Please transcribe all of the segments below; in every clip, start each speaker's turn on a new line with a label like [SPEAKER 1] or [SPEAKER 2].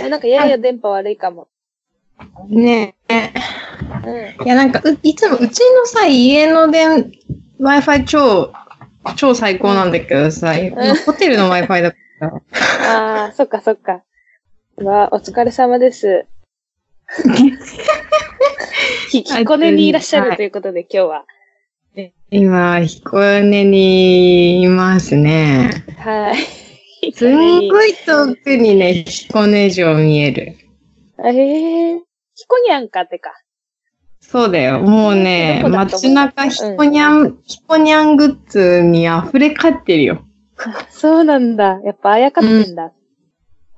[SPEAKER 1] えなんか、やや電波悪いかも。
[SPEAKER 2] ねえ。
[SPEAKER 1] うん。
[SPEAKER 2] いや、なんか、ういつも、うちのさ、家の電、Wi-Fi 超、超最高なんだけどさ、ホテルの Wi-Fi だか
[SPEAKER 1] あ
[SPEAKER 2] ら。
[SPEAKER 1] あ、そっかそっか。うわ、お疲れ様 です。ひきこねにいらっしゃるということで、今日は。
[SPEAKER 2] 今、彦根にいますね。
[SPEAKER 1] はい。ひ
[SPEAKER 2] す
[SPEAKER 1] こね
[SPEAKER 2] ん
[SPEAKER 1] に
[SPEAKER 2] ごい遠くにね、彦根城見える。
[SPEAKER 1] ええー。ひこにゃんかってか。
[SPEAKER 2] そうだよ。もうね、
[SPEAKER 1] どこだと思う
[SPEAKER 2] 街中、彦にゃん、彦にゃんグッズに溢れかってるよ。
[SPEAKER 1] そうなんだ。やっぱあやかってんだ。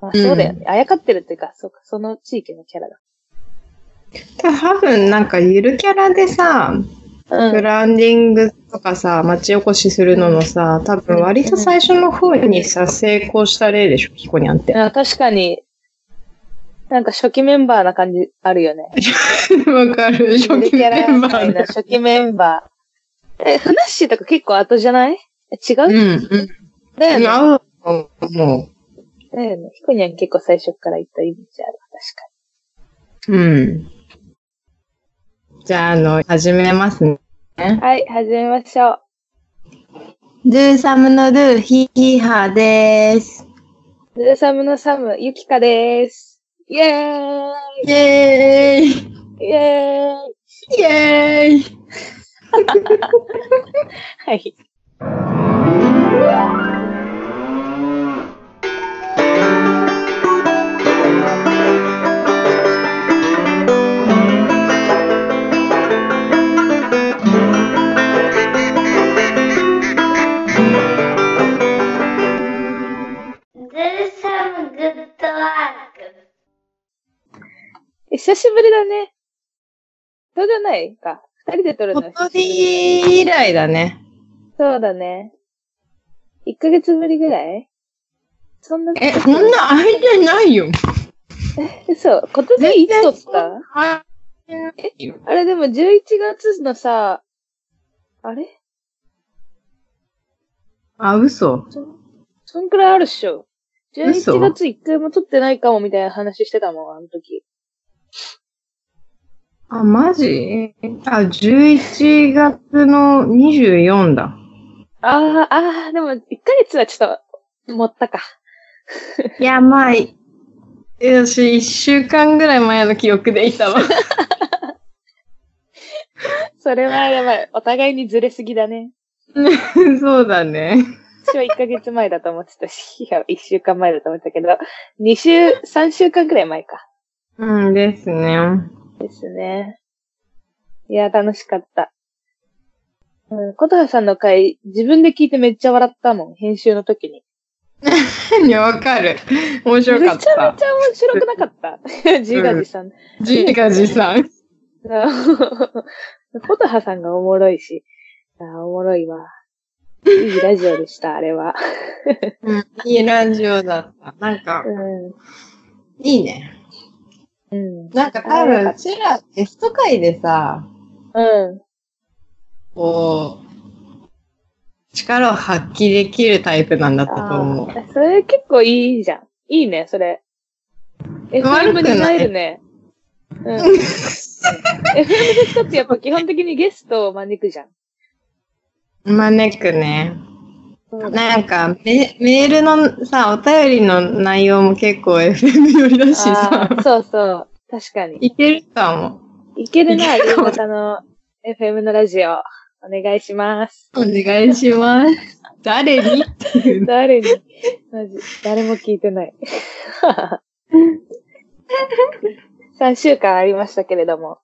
[SPEAKER 1] あそうだよね。あやかってるっていうか、そうか、その地域のキャラだ。
[SPEAKER 2] 多分、なんか、ゆるキャラでさ、
[SPEAKER 1] う
[SPEAKER 2] ブ
[SPEAKER 1] ん。
[SPEAKER 2] ランディングとかさ、町おこしするののさ、多分、割と最初の方にさ、成功した例でしょ、彦にゃんって。
[SPEAKER 1] あ確かに、なんか初期メンバーな感じあるよね。
[SPEAKER 2] わかる初期メンバ
[SPEAKER 1] ゆるキャラみたい
[SPEAKER 2] ー
[SPEAKER 1] な
[SPEAKER 2] だ。
[SPEAKER 1] 初期メンバー。え、ふなっしーとか結構後じゃないえ違
[SPEAKER 2] う
[SPEAKER 1] う、
[SPEAKER 2] ん、うん。
[SPEAKER 1] だよね。
[SPEAKER 2] 合うと思
[SPEAKER 1] だよね。ひこにゃん結構最初から言ったイメージある。確か
[SPEAKER 2] う。うん。じゃあ、あの、始めますね。
[SPEAKER 1] に。はい、始めましょう。
[SPEAKER 2] ドゥーサムのドゥ、ヒーハーです。
[SPEAKER 1] ルーサムのサム、ゆきかです。イェー
[SPEAKER 2] イェー
[SPEAKER 1] イイェー
[SPEAKER 2] イ
[SPEAKER 1] イ
[SPEAKER 2] イェーイ
[SPEAKER 1] はい。
[SPEAKER 3] Do some good work.
[SPEAKER 1] 久しぶりだね。そうじゃないか。二人で撮る
[SPEAKER 2] ポ
[SPEAKER 1] の
[SPEAKER 2] トリ以来だね。
[SPEAKER 1] そうだね。一ヶ月ぶりぐらいそんな、
[SPEAKER 2] え、そんな開いてないよ。
[SPEAKER 1] 嘘。今年いつ撮った
[SPEAKER 2] 開いてないよ。
[SPEAKER 1] あれでも11月のさ、あれ
[SPEAKER 2] あ、嘘。
[SPEAKER 1] そんくらいあるっしょ。
[SPEAKER 2] 嘘
[SPEAKER 1] 11月一回も撮ってないかもみたいな話してたもん、あの時。
[SPEAKER 2] あ、マジあ、11月の24だ。
[SPEAKER 1] ああ、ああ、でも1ヶ月はちょっと、持ったか。
[SPEAKER 2] いや、まあ、いよし、1週間ぐらい前の記憶でいた わ。
[SPEAKER 1] それはやばい。お互いにずれすぎだね。
[SPEAKER 2] そうだね。
[SPEAKER 1] 私は1ヶ月前だと思ってたし、いや、1週間前だと思ってたけど、2週、3週間くらい前か。
[SPEAKER 2] うんです ね。
[SPEAKER 1] ですね。いや、楽しかった。うん、琴葉さんの回、自分で聞いてめっちゃ笑ったもん、編集の時に。
[SPEAKER 2] いや、わかる。面
[SPEAKER 1] め
[SPEAKER 2] 白
[SPEAKER 1] ちゃ
[SPEAKER 2] か
[SPEAKER 1] め
[SPEAKER 2] っ
[SPEAKER 1] ちゃ
[SPEAKER 2] た。
[SPEAKER 1] 面白くなか った。自画自賛。
[SPEAKER 2] 自画自賛。
[SPEAKER 1] 琴葉さんがおもろいし、あーおもろいわ。いいラジオでした、あれは。
[SPEAKER 2] うん、いいラジオだった。なんか
[SPEAKER 1] う、ん。
[SPEAKER 2] いいね。
[SPEAKER 1] うん。
[SPEAKER 2] なんか多分、うちらゲスト会でさ、
[SPEAKER 1] うん。
[SPEAKER 2] こう、力を発揮できるタイプなんだったと思う。
[SPEAKER 1] あーそれ結構いいじゃん。いいね、それ。FM
[SPEAKER 2] 悪く
[SPEAKER 1] に
[SPEAKER 2] ない
[SPEAKER 1] 入るね。 うん。FM の人ってやっぱ基本的にゲストを招くじゃん。
[SPEAKER 2] 招くね。
[SPEAKER 1] そうだ
[SPEAKER 2] なんかメ、メールのさ、お便りの内容も結構 FM 寄りだし
[SPEAKER 1] あ
[SPEAKER 2] さ、
[SPEAKER 1] ーそうそう。確かに。
[SPEAKER 2] いけるかも。
[SPEAKER 1] いけるな、
[SPEAKER 2] いける
[SPEAKER 1] 夕
[SPEAKER 2] かも
[SPEAKER 1] 方の FM のラジオ。お願いします。
[SPEAKER 2] お願いします。誰にっていう
[SPEAKER 1] 誰に、マジ、誰も聞いてない。3週間ありましたけれども。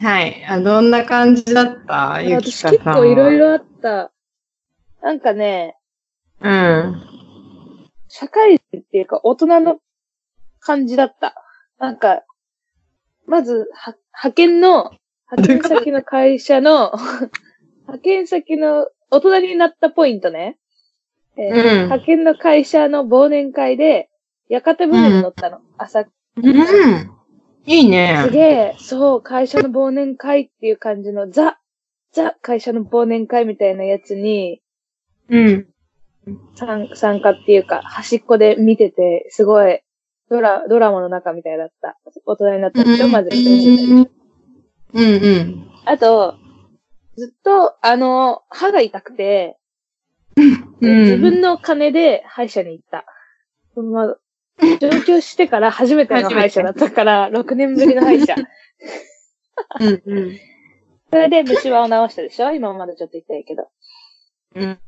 [SPEAKER 2] はい。あ、どんな感じだったゆき
[SPEAKER 1] 私
[SPEAKER 2] かさん
[SPEAKER 1] 結
[SPEAKER 2] は。
[SPEAKER 1] 構いろい。ろあった。なんかね、
[SPEAKER 2] うん。
[SPEAKER 1] 社会人っていうか大人の感じだった。なんか、まず、は、派遣の、派遣先の会社 の、派遣先の大人になったポイントね。えー
[SPEAKER 2] うん。
[SPEAKER 1] 派遣の会社の忘年会で、屋形船に乗ったの。朝、
[SPEAKER 2] うん。いい
[SPEAKER 1] すげ
[SPEAKER 2] ね。
[SPEAKER 1] え、そう、会社の忘年会っていう感じの、ザ、ザ、会社の忘年会みたいなやつに、
[SPEAKER 2] うん。
[SPEAKER 1] 参参加っていうか、端っこで見てて、すごい、ドラ、ドラマの中みたいだった。大人になった人、まず一緒に住んだり
[SPEAKER 2] うんうん。
[SPEAKER 1] あと、ずっと、あの、歯が痛くて、で
[SPEAKER 2] うん
[SPEAKER 1] 自分の金で歯医者に行った。そのまま上京してから初めての歯医者だったから、6年ぶりの歯 医者。
[SPEAKER 2] うんうん。
[SPEAKER 1] それで虫歯を治したでしょ今もまだちょっと痛いけど。
[SPEAKER 2] うん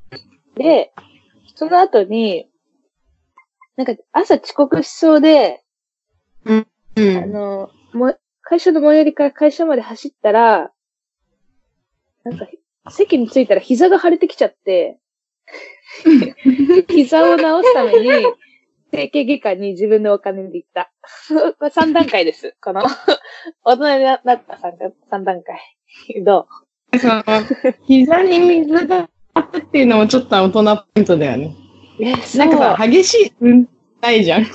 [SPEAKER 1] で、その後に、なんか朝遅刻しそうで、
[SPEAKER 2] う
[SPEAKER 1] あ
[SPEAKER 2] ん。
[SPEAKER 1] の、も、会社の最寄りから会社まで走ったら、なんか、席に着いたら膝が腫れてきちゃって、膝を治すために、整形外科に自分のお金で行った。 これ3段階です。この、 大人になった3段三段階。ど
[SPEAKER 2] その、膝に水があったっていうのもちょっと大人ポイントだよね。
[SPEAKER 1] うえ、
[SPEAKER 2] なんかさ、激しい運ないじゃん。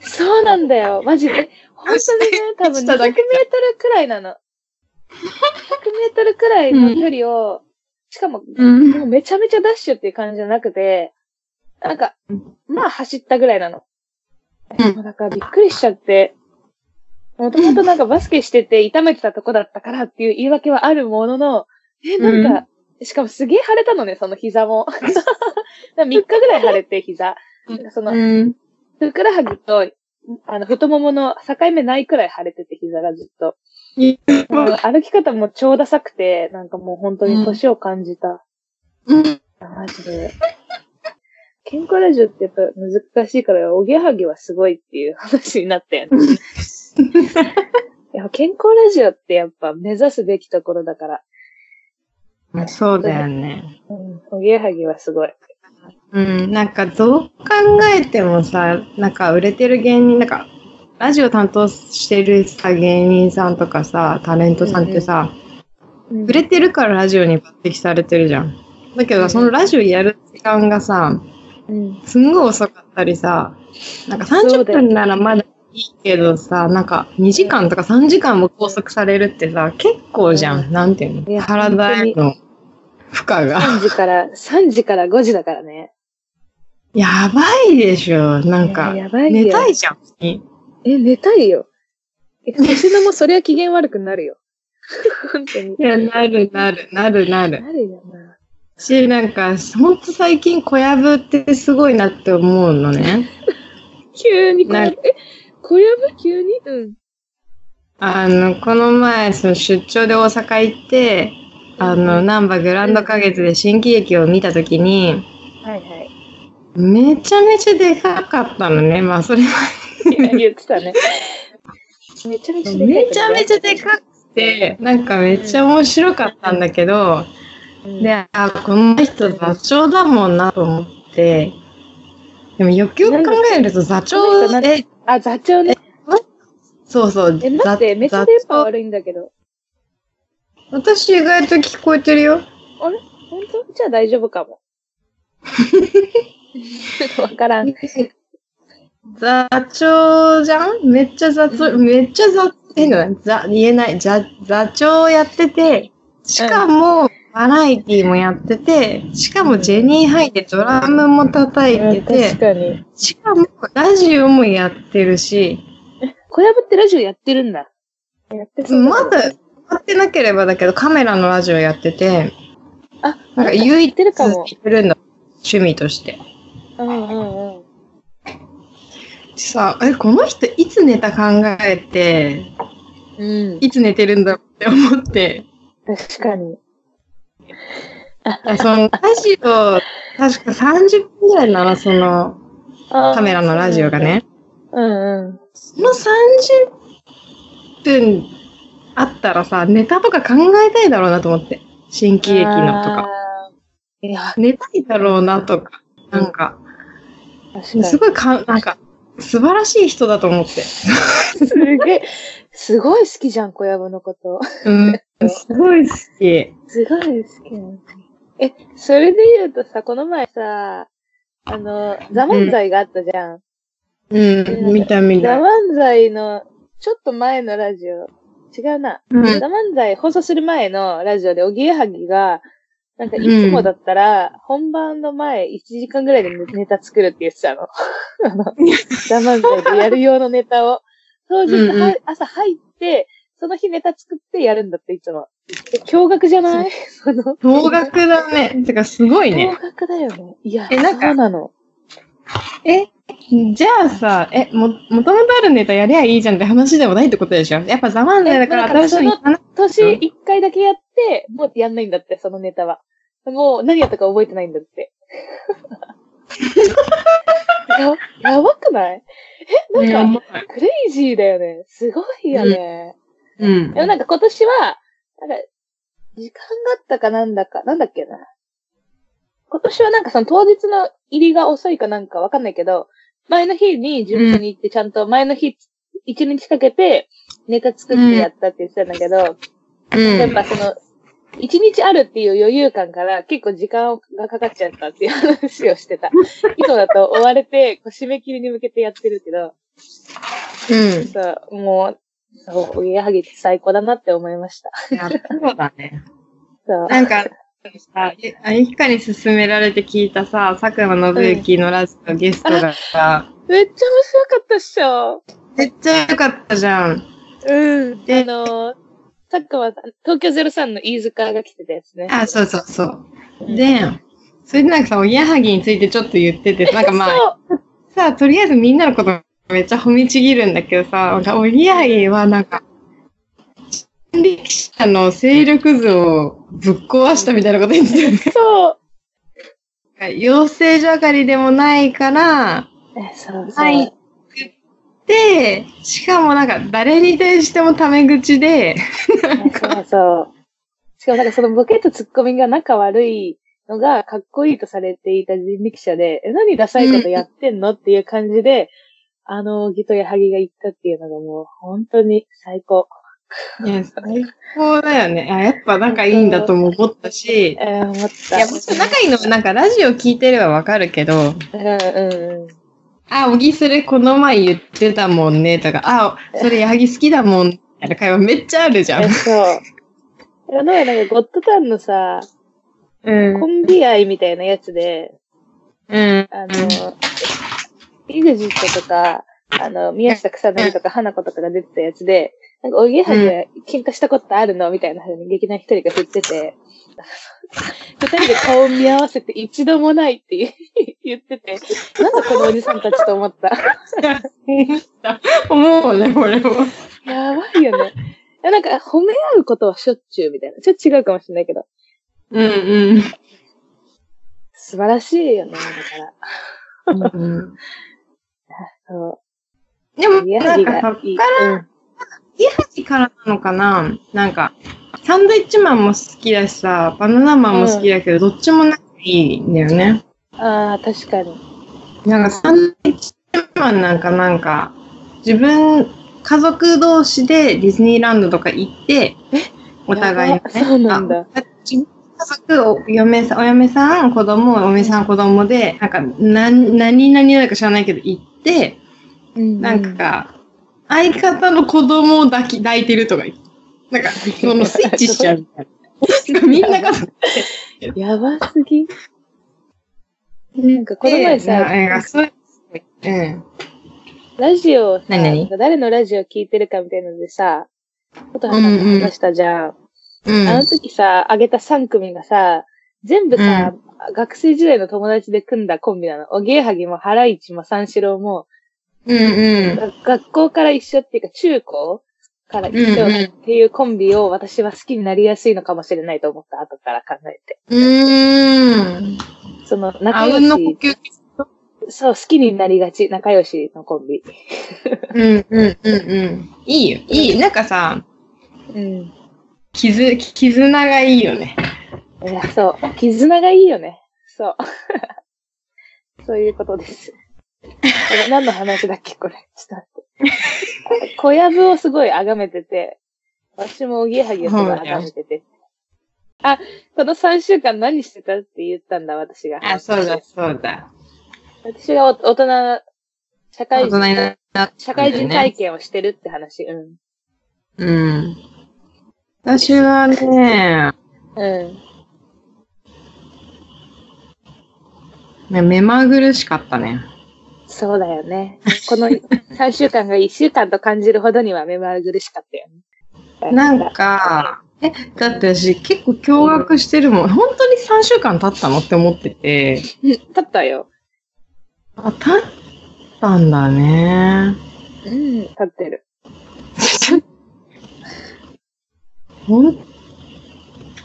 [SPEAKER 1] そうなんだよ。マジで。本当にね、多分
[SPEAKER 2] し
[SPEAKER 1] 200メ
[SPEAKER 2] た
[SPEAKER 1] ート
[SPEAKER 2] だ
[SPEAKER 1] ル
[SPEAKER 2] け
[SPEAKER 1] くらいなの。200メートルくらいの距離を、しかも、
[SPEAKER 2] うん。
[SPEAKER 1] もうめちゃめちゃダッシュっていう感じじゃなくて、なんか
[SPEAKER 2] う、
[SPEAKER 1] まあ走ったぐらいなの。
[SPEAKER 2] うん
[SPEAKER 1] もうだからびっくりしちゃって、もともとなんかバスケしてて痛めてたとこだったからっていう言い訳はあるものの、え、なんか、しかもすげえ腫れたのね、その膝も。3日ぐらい腫れて、膝。その、
[SPEAKER 2] うん。
[SPEAKER 1] ふくらはぎと、あの、太ももの境目ないくらい腫れてて、膝がずっと。
[SPEAKER 2] い
[SPEAKER 1] もう歩き方も超ダサくて、なんかもう本当に年を感じた。
[SPEAKER 2] うん
[SPEAKER 1] マジで。健康ラジオってやっぱ難しいから、おぎやはぎはすごいっていう話になったよね。いや健康ラジオってやっぱ目指すべきところだから、
[SPEAKER 2] まあそうだよね。
[SPEAKER 1] うん、おぎやはぎはすごい。
[SPEAKER 2] うん。なんか、どう考えてもさ、なんか、売れてる芸人、なんか、ラジオ担当してるさ、芸人さんとかさ、タレントさんってさ、
[SPEAKER 1] うん
[SPEAKER 2] 売れてるからラジオに抜擢されてるじゃん。だけど、そのラジオやる時間がさ、
[SPEAKER 1] うん、
[SPEAKER 2] すんごい遅かったりさ、なんか
[SPEAKER 1] そう
[SPEAKER 2] 30
[SPEAKER 1] だよ
[SPEAKER 2] 分ならまだいいけどさ、なんか2時間とか3時間も拘束されるってさ、結構じゃ。
[SPEAKER 1] うん
[SPEAKER 2] なんていう
[SPEAKER 1] いや
[SPEAKER 2] の体への負荷が。
[SPEAKER 1] 3時から、3時から5時だからね。
[SPEAKER 2] やばいでしょ。なんか
[SPEAKER 1] い、ややばいよ。
[SPEAKER 2] 寝たいじゃん。普通に
[SPEAKER 1] え、寝たいよ。え、年のもそれは機嫌悪くなるよ。 本当に
[SPEAKER 2] い。や、なるなる、なるなる。
[SPEAKER 1] なるよな。
[SPEAKER 2] し、なんか、ほんと最近小籔ってすごいなって思うのね。
[SPEAKER 1] 急に小
[SPEAKER 2] な
[SPEAKER 1] 籔、え、小籔急にうん。
[SPEAKER 2] あの、この前、その出張で大阪行って、あの、
[SPEAKER 1] うん
[SPEAKER 2] なんばグランド花月で新喜劇を見たときに、
[SPEAKER 1] はいはい。
[SPEAKER 2] めちゃめちゃでかかったのね。まあ、それは。
[SPEAKER 1] 言ってたね。めちゃめちゃでかい
[SPEAKER 2] めちゃめちゃでかくて、なんかめっちゃ面白かったんだけど、
[SPEAKER 1] うん
[SPEAKER 2] で、あ、この人座長だもんなと思って、でもよくよく考えると座長
[SPEAKER 1] なんか
[SPEAKER 2] で、
[SPEAKER 1] あ、座長ね。
[SPEAKER 2] そうそう、
[SPEAKER 1] え、待って、めっちゃ電波悪いんだけど。
[SPEAKER 2] 座私意外と聞こえてるよ。
[SPEAKER 1] 本当じゃあ大丈夫か も。わからん。
[SPEAKER 2] 座長じゃんめっちゃ座長、
[SPEAKER 1] う
[SPEAKER 2] めっちゃ座、変だな。座、言えない。座、座長やってて、しかも、バラエティもやってて、しかもジェニーハイでドラムも叩いて
[SPEAKER 1] 確
[SPEAKER 2] て、
[SPEAKER 1] かに。
[SPEAKER 2] しかもラジオもやってるし、
[SPEAKER 1] 小籔ってラジオやってるんだ。やってそう
[SPEAKER 2] ま
[SPEAKER 1] だけ
[SPEAKER 2] だ、やってなければだけど、カメラのラジオやってて、
[SPEAKER 1] あ、
[SPEAKER 2] なんか唯
[SPEAKER 1] 言っ
[SPEAKER 2] 一
[SPEAKER 1] てるかも
[SPEAKER 2] 続けてるんだ。趣味として。
[SPEAKER 1] ど。うんうんうん。
[SPEAKER 2] さあ、え、この人いつネタ考えて、
[SPEAKER 1] うん。
[SPEAKER 2] いつ寝てるんだろうって思って、
[SPEAKER 1] 確かに。
[SPEAKER 2] そのラジオ、確か30分ぐらいなの、その
[SPEAKER 1] カ
[SPEAKER 2] カメラのラジオが。ね。
[SPEAKER 1] うんうん。
[SPEAKER 2] その30分あったらさ、ネタとか考えたいだろうなと思って。新喜劇のとか。
[SPEAKER 1] あー。いや、
[SPEAKER 2] 寝たいだろうなとか。なんか、
[SPEAKER 1] 確か
[SPEAKER 2] す
[SPEAKER 1] に。
[SPEAKER 2] ごいか、なんか、素晴らしい人だと思って。
[SPEAKER 1] すげえ、すごい好きじゃん、小籔のこと。
[SPEAKER 2] うん、すごい好き。
[SPEAKER 1] すごい好きなの。え、それで言うとさ、この前さ、あの、ザ・漫才があったじゃん。
[SPEAKER 2] うん、見た見
[SPEAKER 1] ザ・
[SPEAKER 2] た。
[SPEAKER 1] 漫才の、ちょっと前のラジオ、違うな。
[SPEAKER 2] うん
[SPEAKER 1] ザ・漫才放送する前のラジオで、おぎやはぎが、なんかいつもだったら、本番の前1時間ぐらいでネタ作るって言ってたの。 あの、ダマンでやる用のネタを。当日は、
[SPEAKER 2] うんうん
[SPEAKER 1] 朝入って、その日ネタ作ってやるんだっていつも。え驚愕じゃない その、
[SPEAKER 2] 驚愕だね。てか、すごいね
[SPEAKER 1] 驚。愕だよね。いや、
[SPEAKER 2] えなんか
[SPEAKER 1] そうなの。
[SPEAKER 2] え、じゃあさ、え、も、もともとあるネタやりゃいいじゃんって話でもないってことでしょやっぱざまんないだから
[SPEAKER 1] えなんか
[SPEAKER 2] 新しいのかな
[SPEAKER 1] 年1回だけやって、もうやんないんだって、そのネタは。もう何やったか覚えてないんだって。 ややばくないえ、なんか、クレイジーだよね。すごいよね。
[SPEAKER 2] うん
[SPEAKER 1] でもなんか今年は、なんか、時間があったかなんだか、なんだっけな。今年はなんかその当日の入りが遅いかなんかわかんないけど、前の日に事務所に行ってちゃんと前の日、一日かけてネタ作ってやったって言ってたんだけど、
[SPEAKER 2] うん
[SPEAKER 1] やっぱその、一日あるっていう余裕感から結構時間がかかっちゃったっていう話を してた。いつもだと追われて、こう締め切りに向けてやってるけど、
[SPEAKER 2] うん。
[SPEAKER 1] そう、もう、そう、おぎやはぎって最高だなって思いました。
[SPEAKER 2] やそうだね。
[SPEAKER 1] そう。
[SPEAKER 2] なんか、さ、えあゆひかに勧められて聞いたさ、佐久間信之のラジオゲストがさ、
[SPEAKER 1] めっちゃ面白かったっしょ。
[SPEAKER 2] めっちゃ良かったじゃん。
[SPEAKER 1] うん。
[SPEAKER 2] で
[SPEAKER 1] あのー、さっくは東京03の飯塚が来てたやつね。
[SPEAKER 2] あ、そうそうそう。で、それでなんかさ、おぎやはぎについてちょっと言ってて、なんかまあ、
[SPEAKER 1] そう、
[SPEAKER 2] さとりあえずみんなのことめっちゃ褒めちぎるんだけどさ、なんかおぎやはぎはなんか、人力車の勢力図をぶっ壊したみたいなこと言ってる。
[SPEAKER 1] そう。
[SPEAKER 2] 養成所上がりでもないから、
[SPEAKER 1] え、そうそう。
[SPEAKER 2] はい。で、しかもなんか誰に対してもタメ口で、
[SPEAKER 1] そうそう。しかもなんかそのボケとツッコミが仲悪いのがかっこいいとされていた人力車で、え、何ダサいことやってんのっていう感じで、あの、ギとやはぎが言ったっていうのがもう本当に最高。
[SPEAKER 2] いや、最高だよね。あやっぱ仲いいんだとも思ったし、
[SPEAKER 1] えー、思っ
[SPEAKER 2] い
[SPEAKER 1] た。
[SPEAKER 2] や、もちろん仲いいのもなんかラジオ聞いてればわかるけど、
[SPEAKER 1] うんうんうん。
[SPEAKER 2] あ、小木それこの前言ってたもんねとか、あ、それ矢作好きだもんみたいな会話めっちゃあるじゃ
[SPEAKER 1] え、
[SPEAKER 2] ん。
[SPEAKER 1] そう。あの、なんかゴッドタンのさ、
[SPEAKER 2] うん
[SPEAKER 1] コ。ンビ愛みたいなやつで、
[SPEAKER 2] うん。
[SPEAKER 1] あの、イグジットとか、あの、宮下草薙とか花子とかが出てたやつで、なんか、おぎやはぎは喧嘩したことあるのみたいな話に劇団一人が振ってて、二人で顔を見合わせて一度もないっていう言ってて、なんだこのおじさんたちと思った。
[SPEAKER 2] 思うね、これも。
[SPEAKER 1] やばいよね。いやなんか、褒め合うことはしょっちゅうみたいな。ちょっと違うかもしれないけど、
[SPEAKER 2] うん
[SPEAKER 1] 素晴らしいよね、だから。
[SPEAKER 2] うん。
[SPEAKER 1] そ
[SPEAKER 2] で
[SPEAKER 1] う。
[SPEAKER 2] も、
[SPEAKER 1] おぎやは
[SPEAKER 2] なん
[SPEAKER 1] ぎ
[SPEAKER 2] かさ
[SPEAKER 1] が、いい。
[SPEAKER 2] ギハチからなのかななんか、サンドイッチマンも好きだしさ、バナナマンも好きだけど、どっちもなんかいいんだよね。
[SPEAKER 1] うん、ああ、確かに。
[SPEAKER 2] なんかサンドイッチマンなんかなんか、自分、家族同士でディズニーランドとか行って、お互いのね
[SPEAKER 1] やば。そうなんだ。
[SPEAKER 2] あ自分家族、お嫁さん、お嫁さん、子供、お嫁さん、子供で、なんか、なん何々なのか知らないけど、行って、なんか、相方の子供を抱き、抱いてるとか言って、なんか、そのスイッチしちゃうみた いな。みんなが、
[SPEAKER 1] やばすぎ。なんかこの前さ
[SPEAKER 2] でなんかそううん。
[SPEAKER 1] ラジオをさ、
[SPEAKER 2] 何々
[SPEAKER 1] なんか誰のラジオ聞いてるかみたいなのでさ、ことはなんか話したじゃん。
[SPEAKER 2] うん。
[SPEAKER 1] あの時さ、あげた3組がさ、全部さ、学生時代の友達で組んだコンビなの。おげえはぎも、ハライチも、三四郎も、
[SPEAKER 2] うんうん。
[SPEAKER 1] が学校から一緒っていうか、中高から一緒っていうコンビを私は好きになりやすいのかもしれないと思った、後から考えて。
[SPEAKER 2] うーん。
[SPEAKER 1] その、
[SPEAKER 2] あ
[SPEAKER 1] 仲
[SPEAKER 2] うんの呼
[SPEAKER 1] 良
[SPEAKER 2] 吸。
[SPEAKER 1] し、そう、好きになりがち、仲良しのコンビ。
[SPEAKER 2] うんうんうんうん。いいよ。いい。なんかさ、
[SPEAKER 1] うん。
[SPEAKER 2] 絆、絆がいいよね。
[SPEAKER 1] いや、そう。絆がいいよね。そう。そう いうことです。これ何の話だっけこれ。ちょっと待って。小籔をすごい崇めてて、私もおぎやはぎをすごい崇めてて。あ、この3週間何してたって言ったんだ、私が。
[SPEAKER 2] あ、そうだ、。そうだ。
[SPEAKER 1] 私がお大人、社
[SPEAKER 2] 大
[SPEAKER 1] 会
[SPEAKER 2] 人
[SPEAKER 1] 人、
[SPEAKER 2] になったんだよね。
[SPEAKER 1] 社会人体験をしてるって話。うん。
[SPEAKER 2] うん。私はね、
[SPEAKER 1] うん。
[SPEAKER 2] ね目まぐるしかったね。
[SPEAKER 1] そうだよね。この3週間が1週間と感じるほどには目まぐるしかったよね。
[SPEAKER 2] なんか、え、だって私結構驚愕してるもん。本当に3週間経ったのって思ってて。
[SPEAKER 1] うん、立ったよ。
[SPEAKER 2] あ、経ったんだね。
[SPEAKER 1] うん、立ってる。
[SPEAKER 2] ほん、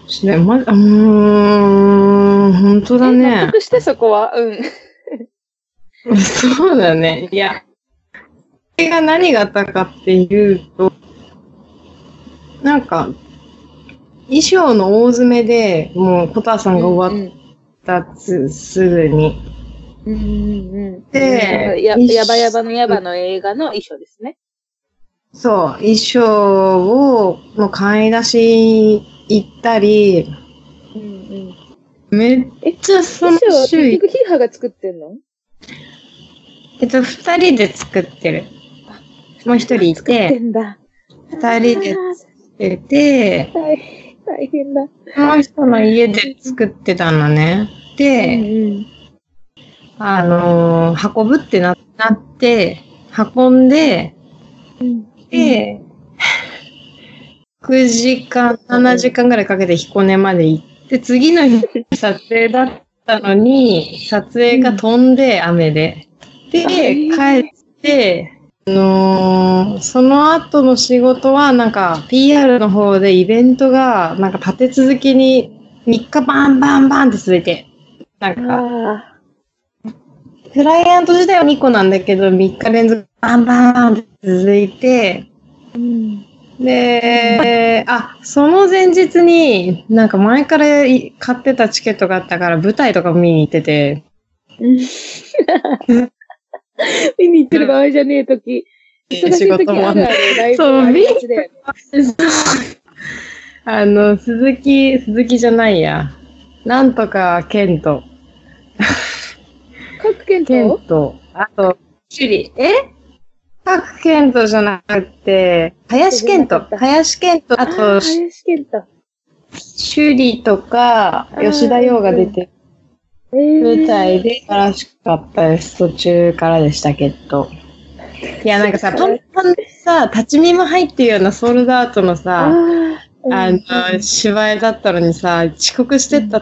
[SPEAKER 2] しね、ま、うーん、本当だ
[SPEAKER 1] え納
[SPEAKER 2] ね。
[SPEAKER 1] 得してそこは。うん。
[SPEAKER 2] そうだね。いや、これが何があったかっていうと、なんか、衣装の大詰めで、もう、コタさんが終わったつ、すぐに。
[SPEAKER 1] うんうんうん。
[SPEAKER 2] で
[SPEAKER 1] うんや、
[SPEAKER 2] 一緒
[SPEAKER 1] やばやばのやばの映画の衣装ですね。
[SPEAKER 2] そう、衣装を、の買い出し行ったり、
[SPEAKER 1] うんうん。
[SPEAKER 2] めっちゃそ
[SPEAKER 1] 衣
[SPEAKER 2] の
[SPEAKER 1] 装、
[SPEAKER 2] 周
[SPEAKER 1] 結
[SPEAKER 2] 囲、
[SPEAKER 1] 局ヒーハーが作ってんの
[SPEAKER 2] えっと、二人で作ってる。もう一人い
[SPEAKER 1] 作って
[SPEAKER 2] て、
[SPEAKER 1] んだ。
[SPEAKER 2] 二人で
[SPEAKER 1] あー
[SPEAKER 2] 出て、
[SPEAKER 1] 大変大変だ。
[SPEAKER 2] その人の家で作ってたのね。で、
[SPEAKER 1] うん
[SPEAKER 2] あのー運ぶってななって、運んで、
[SPEAKER 1] うん。
[SPEAKER 2] で、9時間、7時間ぐらいかけて彦根まで行って、次の日撮影だったのに、撮影が飛んで、雨で。で、
[SPEAKER 1] ー
[SPEAKER 2] 帰って、あのーその後の仕事は、なんか、PR の方でイベントが、なんか立て続けに3日バンバンバンって続いて、なん
[SPEAKER 1] う
[SPEAKER 2] か
[SPEAKER 1] ん、あ
[SPEAKER 2] クライアント自体は2個なんだけど、3日連続バンバンバンって続いて、
[SPEAKER 1] ーうん。
[SPEAKER 2] で、あ、その前日に、なんか前からい買ってたチケットがあったから舞台とか見に行ってて、
[SPEAKER 1] 見に行ってる場合じゃねえとき。忙しい時あるあるライブ
[SPEAKER 2] そう
[SPEAKER 1] ありがちだよね
[SPEAKER 2] あの、鈴木、鈴木じゃないや。なんとか、ケント。
[SPEAKER 1] 各県
[SPEAKER 2] ケン
[SPEAKER 1] と
[SPEAKER 2] ト。あと、シュリ。え各ケントじゃなくて、林ケント。林ケント。あと、
[SPEAKER 1] 林健太。
[SPEAKER 2] シュリとか、吉田洋が出て
[SPEAKER 1] えー
[SPEAKER 2] 舞台。で素晴らしかったです。途中からでしたけど。いや、なんかさ、パンパンでさ、立ち見も入ってるようなソールドアウトの
[SPEAKER 1] あ
[SPEAKER 2] さ、
[SPEAKER 1] ーうん
[SPEAKER 2] あの、芝居だったのにさ、遅刻してった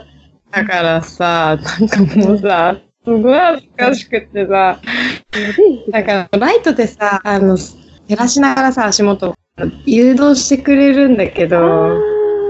[SPEAKER 2] からさ、なんかもうさ、すごい恥ずかしくってさ、
[SPEAKER 1] やべえ
[SPEAKER 2] だからライトでさ、あの、照らしながらさ、足元を誘導してくれるんだけ
[SPEAKER 1] あ
[SPEAKER 2] ど、
[SPEAKER 1] ー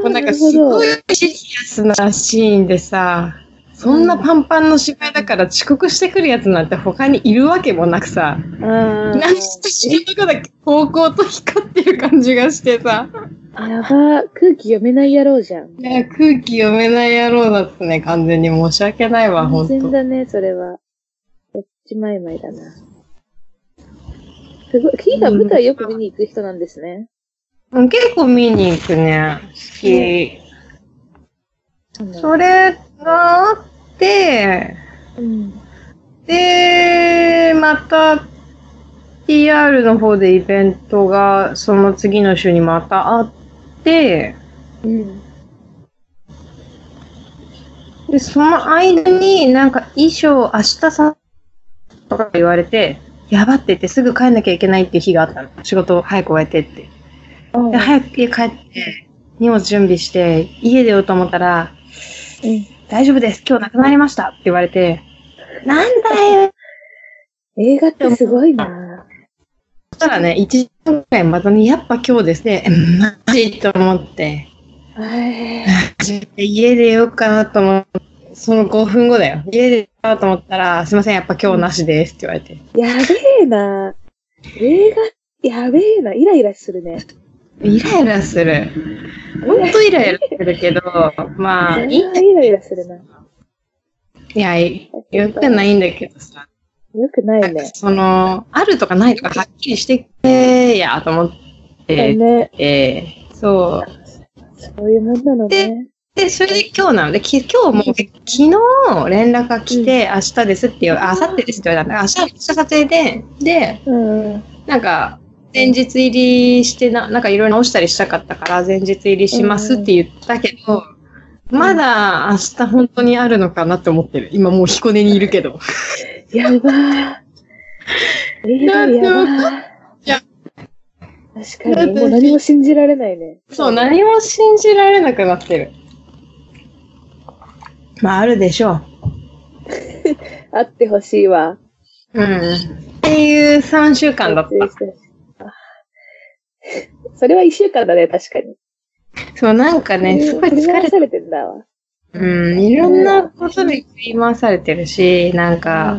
[SPEAKER 2] もうなんか
[SPEAKER 1] る
[SPEAKER 2] す
[SPEAKER 1] ほど
[SPEAKER 2] ごいシリアスなシーンでさ、そんなパンパンの芝居だから遅刻してくるやつなんて他にいるわけもなくさ、
[SPEAKER 1] うん
[SPEAKER 2] なんか死ぬとこだけ高校と光ってる感じがしてさ、
[SPEAKER 1] やば、空気読めない野郎じゃん。
[SPEAKER 2] いや空気読めない野郎だったね、完全に申し訳ないわ、ほん
[SPEAKER 1] 全
[SPEAKER 2] と。
[SPEAKER 1] だね、それは。やっちまいまいだな。すごい、キーが舞台よく見に行く人なんですね。
[SPEAKER 2] うん結構見に行くね、好き。それがあって、
[SPEAKER 1] うん。
[SPEAKER 2] で、また PR の方でイベントがその次の週にまたあって、
[SPEAKER 1] うん。
[SPEAKER 2] で、その間になんか衣装明日さ、とか言われて、やばって言ってすぐ帰んなきゃいけないっていう日があったの。仕事を早く終えてって。
[SPEAKER 1] うん
[SPEAKER 2] で、早く家帰って、荷物準備して、家出ようと思ったら、大丈夫です、今日なくなりましたって言われて、なんだよ
[SPEAKER 1] 映画ってすごいな。
[SPEAKER 2] そしたらね、1時間くらいまたね、やっぱ今日ですね、うんマジと思って、
[SPEAKER 1] え
[SPEAKER 2] 家出ようかなと思って、その5分後だよ。家出ようかなと思ったら、すいません、やっぱ今日なしですって言われて。
[SPEAKER 1] ーやべえな。映画、やべえな。イライラするね。
[SPEAKER 2] イライラする。ほんとイライラするけど、まあ、
[SPEAKER 1] そ
[SPEAKER 2] い
[SPEAKER 1] れ
[SPEAKER 2] い
[SPEAKER 1] はイライラするな。
[SPEAKER 2] いや、よくないんだけどさ、
[SPEAKER 1] よくないね。
[SPEAKER 2] その、あるとかないとかはっきりしてくれやと思って、
[SPEAKER 1] ね、
[SPEAKER 2] えーそう。
[SPEAKER 1] そういうもんなのね。
[SPEAKER 2] で、それで今日なので、き今日も、昨日連絡が来て、明日ですって言われ、あ、明後日ですって言われたんだ。明日、明日撮影で、で、
[SPEAKER 1] うんうん。
[SPEAKER 2] なんか、前日入りしてな、なんかいろいろ直したりしたかったから、前日入りしますって言ったけど、まだ明日本当にあるのかなって思ってる。今もう彦根にいるけど。
[SPEAKER 1] やばー。エイドリアだ
[SPEAKER 2] いや
[SPEAKER 1] 確かに、もう何も信じられないね。
[SPEAKER 2] そう、何も信じられなくなってる。まあ、あるでしょう。
[SPEAKER 1] あってほしいわ。
[SPEAKER 2] うん。っていう3週間だっ
[SPEAKER 1] 撮影してほしいあそれは一週間だね、確かに。
[SPEAKER 2] た。そう、なんかね、すごい疲
[SPEAKER 1] 振り
[SPEAKER 2] れ
[SPEAKER 1] 回されてんだわ。
[SPEAKER 2] うん、いろんなことで振り回されてるし、なんか、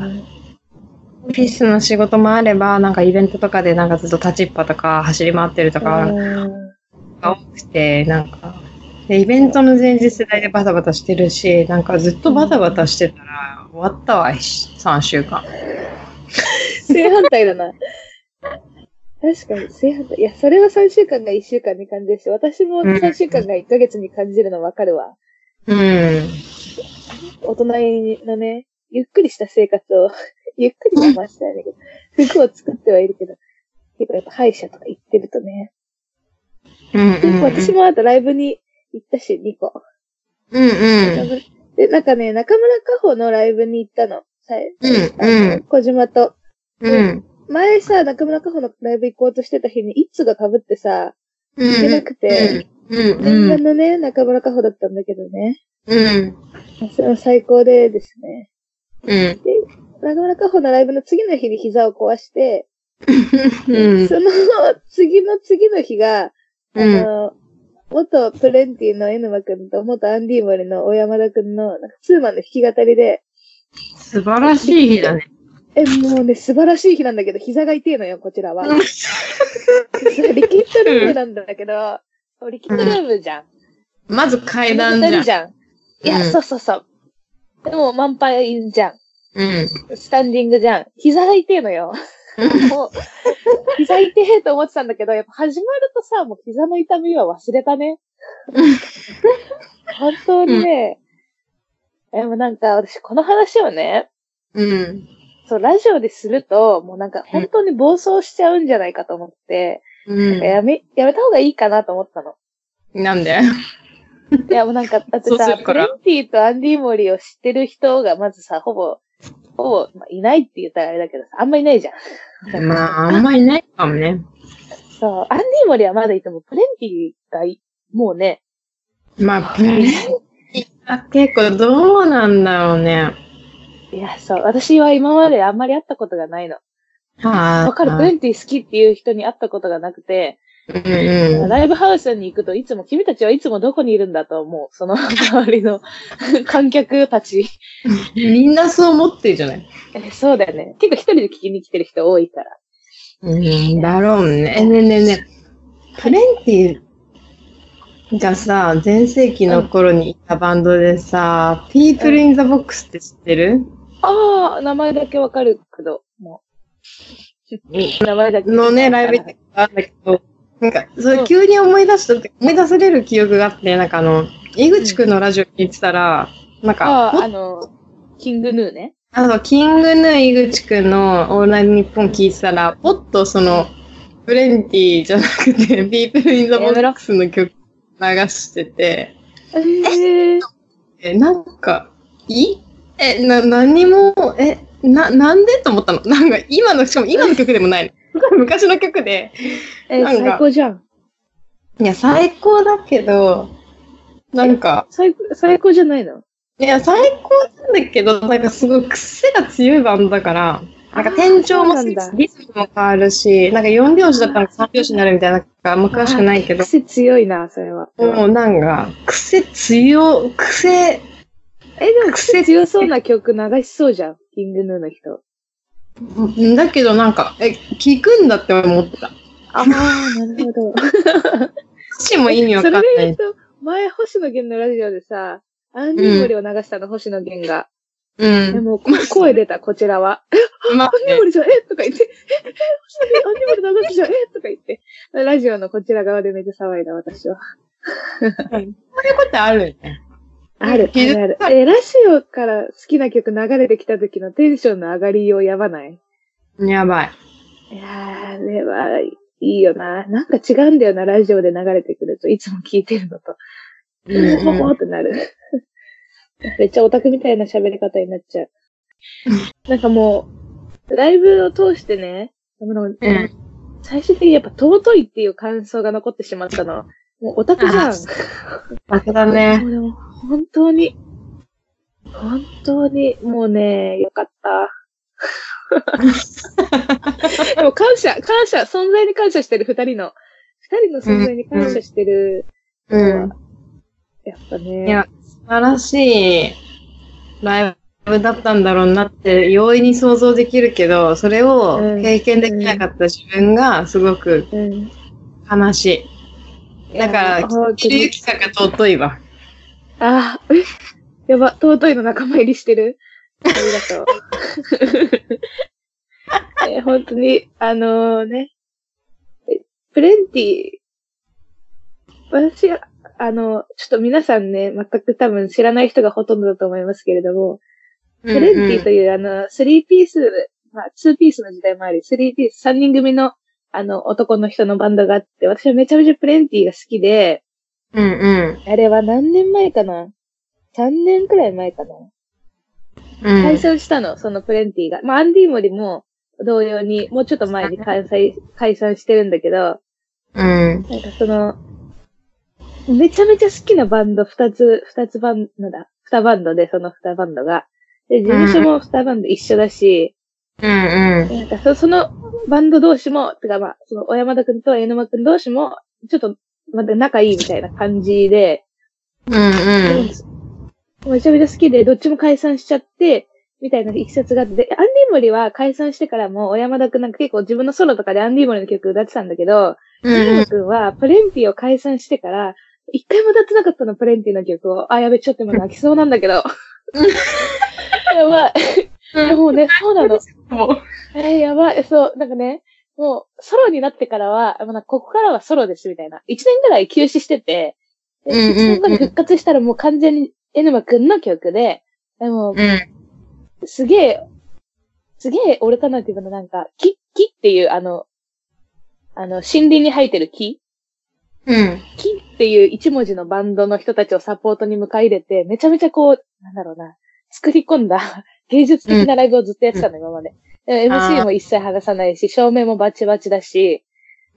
[SPEAKER 2] オフィスの仕事もあれば、なんかイベントとかでなんかずっと立ちっぱとか走り回ってるとか
[SPEAKER 1] うん
[SPEAKER 2] が多くて、なんか、でイベントの前日代でバタバタしてるし、なんかずっとバタバタしてたら終わったわ、3週間。
[SPEAKER 1] 正反対だな。確かに、正反対。いや、それは3週間が1週間に感じるし、私も
[SPEAKER 2] うん
[SPEAKER 1] 3週間が1ヶ月に感じるのわかるわ。
[SPEAKER 2] うん。
[SPEAKER 1] 大人のね、ゆっくりした生活を、 ゆっくりはましたいだけど、服を作ってはいるけど、結構やっぱ歯医者とか行ってるとね。
[SPEAKER 2] うんう
[SPEAKER 1] 結
[SPEAKER 2] ん
[SPEAKER 1] 構私もあとライブに行ったし、2個。
[SPEAKER 2] うんうん。
[SPEAKER 1] で、なんかね、中村佳穂のライブに行ったの。はい。
[SPEAKER 2] うんうん
[SPEAKER 1] 小島と。
[SPEAKER 2] うん。
[SPEAKER 1] 前さ、中村佳穂のライブ行こうとしてた日に、いつが被ってさ、
[SPEAKER 2] うん。
[SPEAKER 1] 行けなくて、
[SPEAKER 2] うん
[SPEAKER 1] 念
[SPEAKER 2] う
[SPEAKER 1] 願
[SPEAKER 2] ん。
[SPEAKER 1] のね、中村佳穂だったんだけどね。
[SPEAKER 2] うん。
[SPEAKER 1] それも最高でですね。
[SPEAKER 2] うん。
[SPEAKER 1] 中村佳穂のライブの次の日に膝を壊して、
[SPEAKER 2] うん。
[SPEAKER 1] その次の次の日が、あの、元プレンティのエヌマくんと元アンディモリの小山田くんの、なんかツーマンの弾き語りで、
[SPEAKER 2] 素晴らしい日だね。
[SPEAKER 1] え、もうね、素晴らしい日なんだけど、膝が痛いのよ、こちらは。そうリキッドルームなんだけど、リキッドルームじゃん。
[SPEAKER 2] まず階段じ
[SPEAKER 1] 二
[SPEAKER 2] ゃ
[SPEAKER 1] 人
[SPEAKER 2] ん。
[SPEAKER 1] じゃん。いや、
[SPEAKER 2] うん
[SPEAKER 1] そうそうそう。でも、満杯じゃ
[SPEAKER 2] うん。
[SPEAKER 1] ん。スタンディングじゃん。膝が痛いのよ。もう、膝痛いと思ってたんだけど、やっぱ始まるとさ、もう膝の痛みは忘れたね。本当にね、でもなんか私この話をね、
[SPEAKER 2] うん。
[SPEAKER 1] そう、ラジオですると、もうなんか本当に暴走しちゃうんじゃないかと思って、
[SPEAKER 2] うん。
[SPEAKER 1] やめ、やめた方がいいかなと思ったの。
[SPEAKER 2] なんで
[SPEAKER 1] いや、もうなんか、だって
[SPEAKER 2] そう
[SPEAKER 1] さ、
[SPEAKER 2] する
[SPEAKER 1] プ
[SPEAKER 2] から
[SPEAKER 1] レンティとアンディモリを知ってる人がまずさ、ほぼ、ほぼ、まあ、いないって言ったらあれだけどさ、あんまいないじゃん。
[SPEAKER 2] まあ、あんまいないかもね。
[SPEAKER 1] そう、アンディモリはまだいても、プレンティがい、もうね、
[SPEAKER 2] まあ、プレあ結構どうなんだろうね。
[SPEAKER 1] いや、そう、私は今まであんまり会ったことがないの。
[SPEAKER 2] はあ。
[SPEAKER 1] わかるプレンティ好きっていう人に会ったことがなくて、
[SPEAKER 2] うんうん。
[SPEAKER 1] ライブハウスに行くといつも、君たちはいつもどこにいるんだと思う。その周りの 観客たち。
[SPEAKER 2] みんなそう思ってるじゃない
[SPEAKER 1] えそうだよね。結構一人で聞きに来てる人多いから。
[SPEAKER 2] うん、だろうね。え、ねえねえねえ。プレンティがさ、全盛期の頃にいたバンドでさ、People in the Box って知ってる
[SPEAKER 1] ああ、名前だけわかるけど、もう。名前だけ。
[SPEAKER 2] のね、ライブ行ったことあるんだけど、なんか、それ急に思い出したって、思い出される記憶があって、なんかあの、井口くんのラジオ聞いてたら、なんか、
[SPEAKER 1] ああ、
[SPEAKER 2] も
[SPEAKER 1] あの、キングヌーね。
[SPEAKER 2] あの、キングヌー井口くんのオールナイトニッポン聞いてたら、ポッとその、フレンティじゃなく て、ビープルインザボックスの曲流してて、
[SPEAKER 1] ええ
[SPEAKER 2] え、なんか、いえ、な、何も、え、な、なんでと思ったのなんか、今の、しかも今の曲でもない の。昔の曲で、
[SPEAKER 1] え
[SPEAKER 2] なんか
[SPEAKER 1] 最高じゃん。
[SPEAKER 2] いや、最高だけど、なんか、
[SPEAKER 1] 最高、最高じゃないの
[SPEAKER 2] いや、最高なんだけど、なんかすごい癖が強いバンドだから、なんか転調もする
[SPEAKER 1] あーそうなんだ
[SPEAKER 2] し、リズムも変わるし、なんか4拍子だったら3拍子になるみたいな、あんま詳しくないけど、
[SPEAKER 1] 癖強いな、それは。
[SPEAKER 2] もうなんか、癖強、癖、
[SPEAKER 1] え、でも癖強そうな曲流しそうじゃん。キングヌーの人。
[SPEAKER 2] んだけどなんか、え、聞くんだって思ってた。歌
[SPEAKER 1] ああ、なる ほど。
[SPEAKER 2] 詞も意味わ
[SPEAKER 1] そ
[SPEAKER 2] かんな
[SPEAKER 1] れで言う
[SPEAKER 2] い。
[SPEAKER 1] と、前、星野源のラジオでさ、アンディモリを流したの、星野源が。
[SPEAKER 2] う
[SPEAKER 1] で
[SPEAKER 2] ん。
[SPEAKER 1] も、こ声出た、こちらは。
[SPEAKER 2] まあ
[SPEAKER 1] アンディモリじゃん、えとか言って、え、え、アンディモリ流すじゃん、えとか言って。ラジオのこちら側でめっちゃ騒いだ、私は。
[SPEAKER 2] そういうことあるよね。
[SPEAKER 1] ある、あ
[SPEAKER 2] え
[SPEAKER 1] るある。え、ラジオから好きな曲流れてきた時のテンションの上がりようやばない
[SPEAKER 2] やばい。
[SPEAKER 1] いやー、あれはいいよな。なんか違うんだよな、ラジオで流れてくると。いつも聞いてるのと。 ほほってなる。めっちゃオタクみたいな喋り方になっちゃう。なんかもう、ライブを通してね、でもなんか
[SPEAKER 2] うん
[SPEAKER 1] 最終的にやっぱ尊いっていう感想が残ってしまったの。もうオタクじゃん。
[SPEAKER 2] あバカだね。
[SPEAKER 1] もうでも本当に、本当に、もうね、よか った。でも感謝、感謝、存在に感謝してる二人の。二人の存在に感謝してる。
[SPEAKER 2] うん。
[SPEAKER 1] やっぱね。
[SPEAKER 2] いや、素晴らしいライブだったんだろうなって容易に想像できるけど、それを
[SPEAKER 1] うん
[SPEAKER 2] 経験できなかった自分がすごく
[SPEAKER 1] うん。
[SPEAKER 2] 悲しい。だか
[SPEAKER 1] いや
[SPEAKER 2] ら、
[SPEAKER 1] 本当
[SPEAKER 2] ひるゆ
[SPEAKER 1] に
[SPEAKER 2] きさんが尊いわ。
[SPEAKER 1] ああ、えやば、尊いの仲間入りしてる。ありがとう。 え本当に、あのね、えプレンティ、私、あの、ちょっと皆さんね、全く多分知らない人がほとんどだと思いますけれども、プレンティと
[SPEAKER 2] いう
[SPEAKER 1] いう、あの、スリーピース、まあ、ツーピースの時代もあり、スリーピース、三人組の、あの、男の人のバンドがあって、私はめちゃめちゃプレンティが好きで、
[SPEAKER 2] んうん。うん
[SPEAKER 1] あれは何年前かな ?3 年くらい前かな
[SPEAKER 2] うん。
[SPEAKER 1] 解散したの、そのプレンティが。まあ、アンディモリも同様に、もうちょっと前に解散、解散してるんだけど、
[SPEAKER 2] うん。
[SPEAKER 1] なんかその、めちゃめちゃ好きなバンド2つ、2つバンドだ。2バンドで、その2バンドが。で、事務所も2バンド一緒だし、
[SPEAKER 2] うんうん。
[SPEAKER 1] なんかそそのバンド同士も、てかまあ、その小山田くんと江沼くん同士も、ちょっと、また仲いいみたいな感じで、
[SPEAKER 2] うんうん。
[SPEAKER 1] めちゃめちゃ好きで、どっちも解散しちゃって、みたいな一節があって、でアンディモリは解散してからも、小山田くんなんか結構自分のソロとかでアンディモリの曲歌ってたんだけど、
[SPEAKER 2] う
[SPEAKER 1] 小
[SPEAKER 2] ん
[SPEAKER 1] 山くんはプレンティを解散してから、一回も歌ってなかったの、プレンティの曲を。あ、やべ、ちょっと今泣きそうなんだけど。や ばい。いやもうね、そうなの。えーやばい、そう、なんかね、もう、ソロになってからは、あもうなんかここからはソロです、みたいな。一年ぐらい休止してて、で
[SPEAKER 2] うんうんうん
[SPEAKER 1] 一年後に復活したらもう完全に、エヌマくんの曲で、でも、
[SPEAKER 2] うん。
[SPEAKER 1] すげえ、すげえ、俺かなっていうのなんか、木、木っていう、あの、あの、森林に生えてる木
[SPEAKER 2] うん。
[SPEAKER 1] 木っていう一文字のバンドの人たちをサポートに迎え入れて、めちゃめちゃこう、なんだろうな、作り込んだ 芸術的なライブをずっとやってたの、今まで。でも
[SPEAKER 2] あー
[SPEAKER 1] MC も一切剥がさないし、照明もバチバチだし、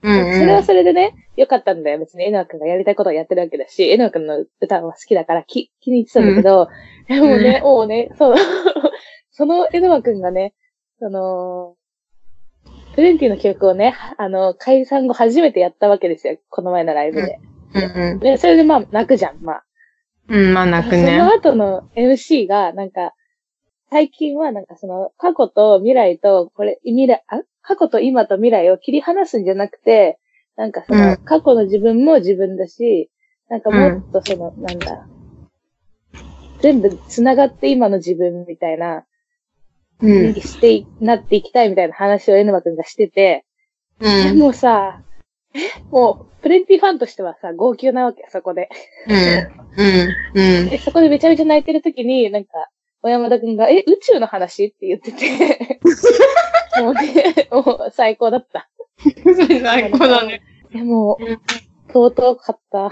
[SPEAKER 2] う
[SPEAKER 1] それは
[SPEAKER 2] ん。
[SPEAKER 1] それでね、良かったんだよ。別に、えのくんがやりたいことをやってるわけだし、えのくんの歌は好きだから気気に入ってたんだけど、でもね、もうね、そう、 そのえのくんがね、その、プレンティの曲をね、あの、解散後初めてやったわけですよ。この前のライブで。
[SPEAKER 2] うん。
[SPEAKER 1] で、それでまあ、泣くじゃん、まあ。
[SPEAKER 2] うん。まあ、泣く
[SPEAKER 1] そ
[SPEAKER 2] ね
[SPEAKER 1] の。後の MC が、なんか、最近はなんかその、過去と未来と、これ、未来、あ過去と今と未来を切り離すんじゃなくて、なんかその、
[SPEAKER 2] うん
[SPEAKER 1] 過去の自分も自分だし、なんかもっとその、なんだ、全部繋がって今の自分みたいな、
[SPEAKER 2] うん。
[SPEAKER 1] してい、なっていきたいみたいな話をエヌマくんがしてて、い
[SPEAKER 2] う
[SPEAKER 1] や
[SPEAKER 2] ん。
[SPEAKER 1] もうさ、えもう、プレンティファンとしてはさ、号泣なわけ、そこで。
[SPEAKER 2] うん。うん。
[SPEAKER 1] で、そこでめちゃめちゃ泣いてる時に、なんか、小山田くんが、え、宇宙の話って言って て。もうね、もう最高だった。
[SPEAKER 2] 最高だね。
[SPEAKER 1] いや、も
[SPEAKER 2] うん
[SPEAKER 1] う、尊かった。本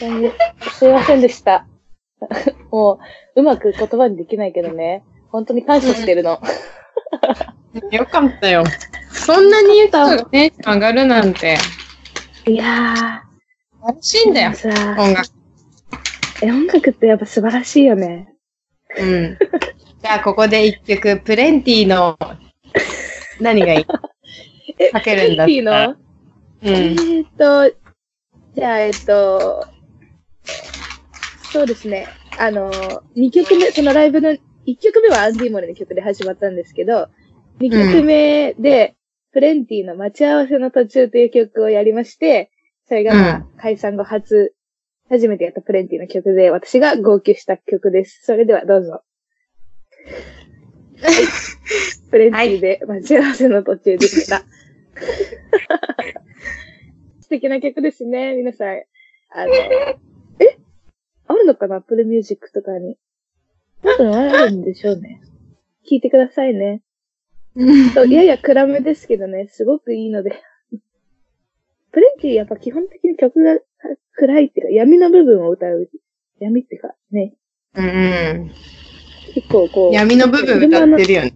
[SPEAKER 1] 当にすいませんでした。 もう、うまく言葉にできないけどね、本当に感謝してるの。
[SPEAKER 2] よかったよ。そんなに言ったがテンション上がるなんて、
[SPEAKER 1] いや
[SPEAKER 2] 楽しいんだよ
[SPEAKER 1] ー、、さ
[SPEAKER 2] 音楽。
[SPEAKER 1] え音楽ってやっぱ素晴らしいよね。
[SPEAKER 2] うん。じゃあ、ここで一曲、プレンティの、何がいい
[SPEAKER 1] え
[SPEAKER 2] かけるんだっ
[SPEAKER 1] いい
[SPEAKER 2] た
[SPEAKER 1] の
[SPEAKER 2] ら。うん。
[SPEAKER 1] えっと、じゃあ、えっと、そうですね。あの、2曲目、そのライブの、1曲目はアンディモレの曲で始まったんですけど、2曲目で、プレンティの待ち合わせの途中という曲をやりまして、それが、まあ
[SPEAKER 2] う
[SPEAKER 1] 解散後初、初めてやったプレンティの曲で、私が号泣した曲です。それではどうぞ。プレンティで待ち合わせの途中でした。 素敵な曲ですね、皆さん。あの、えあるのかな ?Apple Music とかに。多分あるんでしょうね。聞いてくださいね。そうやや暗めですけどね、すごくいいので。プレンティやっぱ基本的に曲が暗いっていうか、闇の部分を歌う。闇っていうか、ね、
[SPEAKER 2] うん。
[SPEAKER 1] 結構こう、
[SPEAKER 2] 闇の部分歌ってるよね。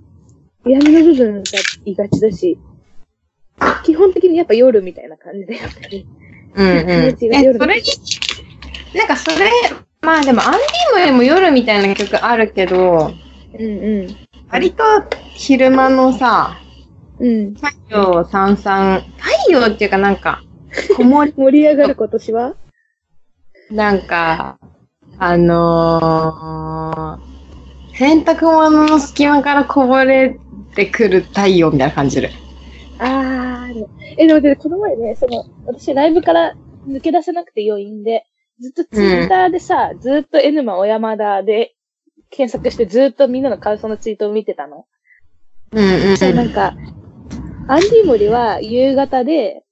[SPEAKER 1] 闇の部分歌いがちだし、基本的にやっぱ夜みたいな感じだよね。
[SPEAKER 2] うんうん。
[SPEAKER 1] 夜
[SPEAKER 2] え、
[SPEAKER 1] 道
[SPEAKER 2] そ
[SPEAKER 1] が
[SPEAKER 2] れに
[SPEAKER 1] 夜、
[SPEAKER 2] なんかそれ、まあでもアンディもでも夜みたいな曲あるけど、
[SPEAKER 1] うんう
[SPEAKER 2] 割と昼間のさ、
[SPEAKER 1] ん。うん。
[SPEAKER 2] 太陽さんさん、太陽っていうかなんか、こもり、
[SPEAKER 1] 盛り上がる今年は
[SPEAKER 2] なんか、あのー、洗濯物の隙間からこぼれてくる太陽みたいな感じする。
[SPEAKER 1] あー、え、でもで、この前ね、その、私ライブから抜け出せなくて余韻で、ずっとツイッターでさ、ずっと N マ小山田で検索してずっとみんなの感想のツイートを見てたの。
[SPEAKER 2] うんうん。
[SPEAKER 1] そうなんか、アンディモリは夕方で、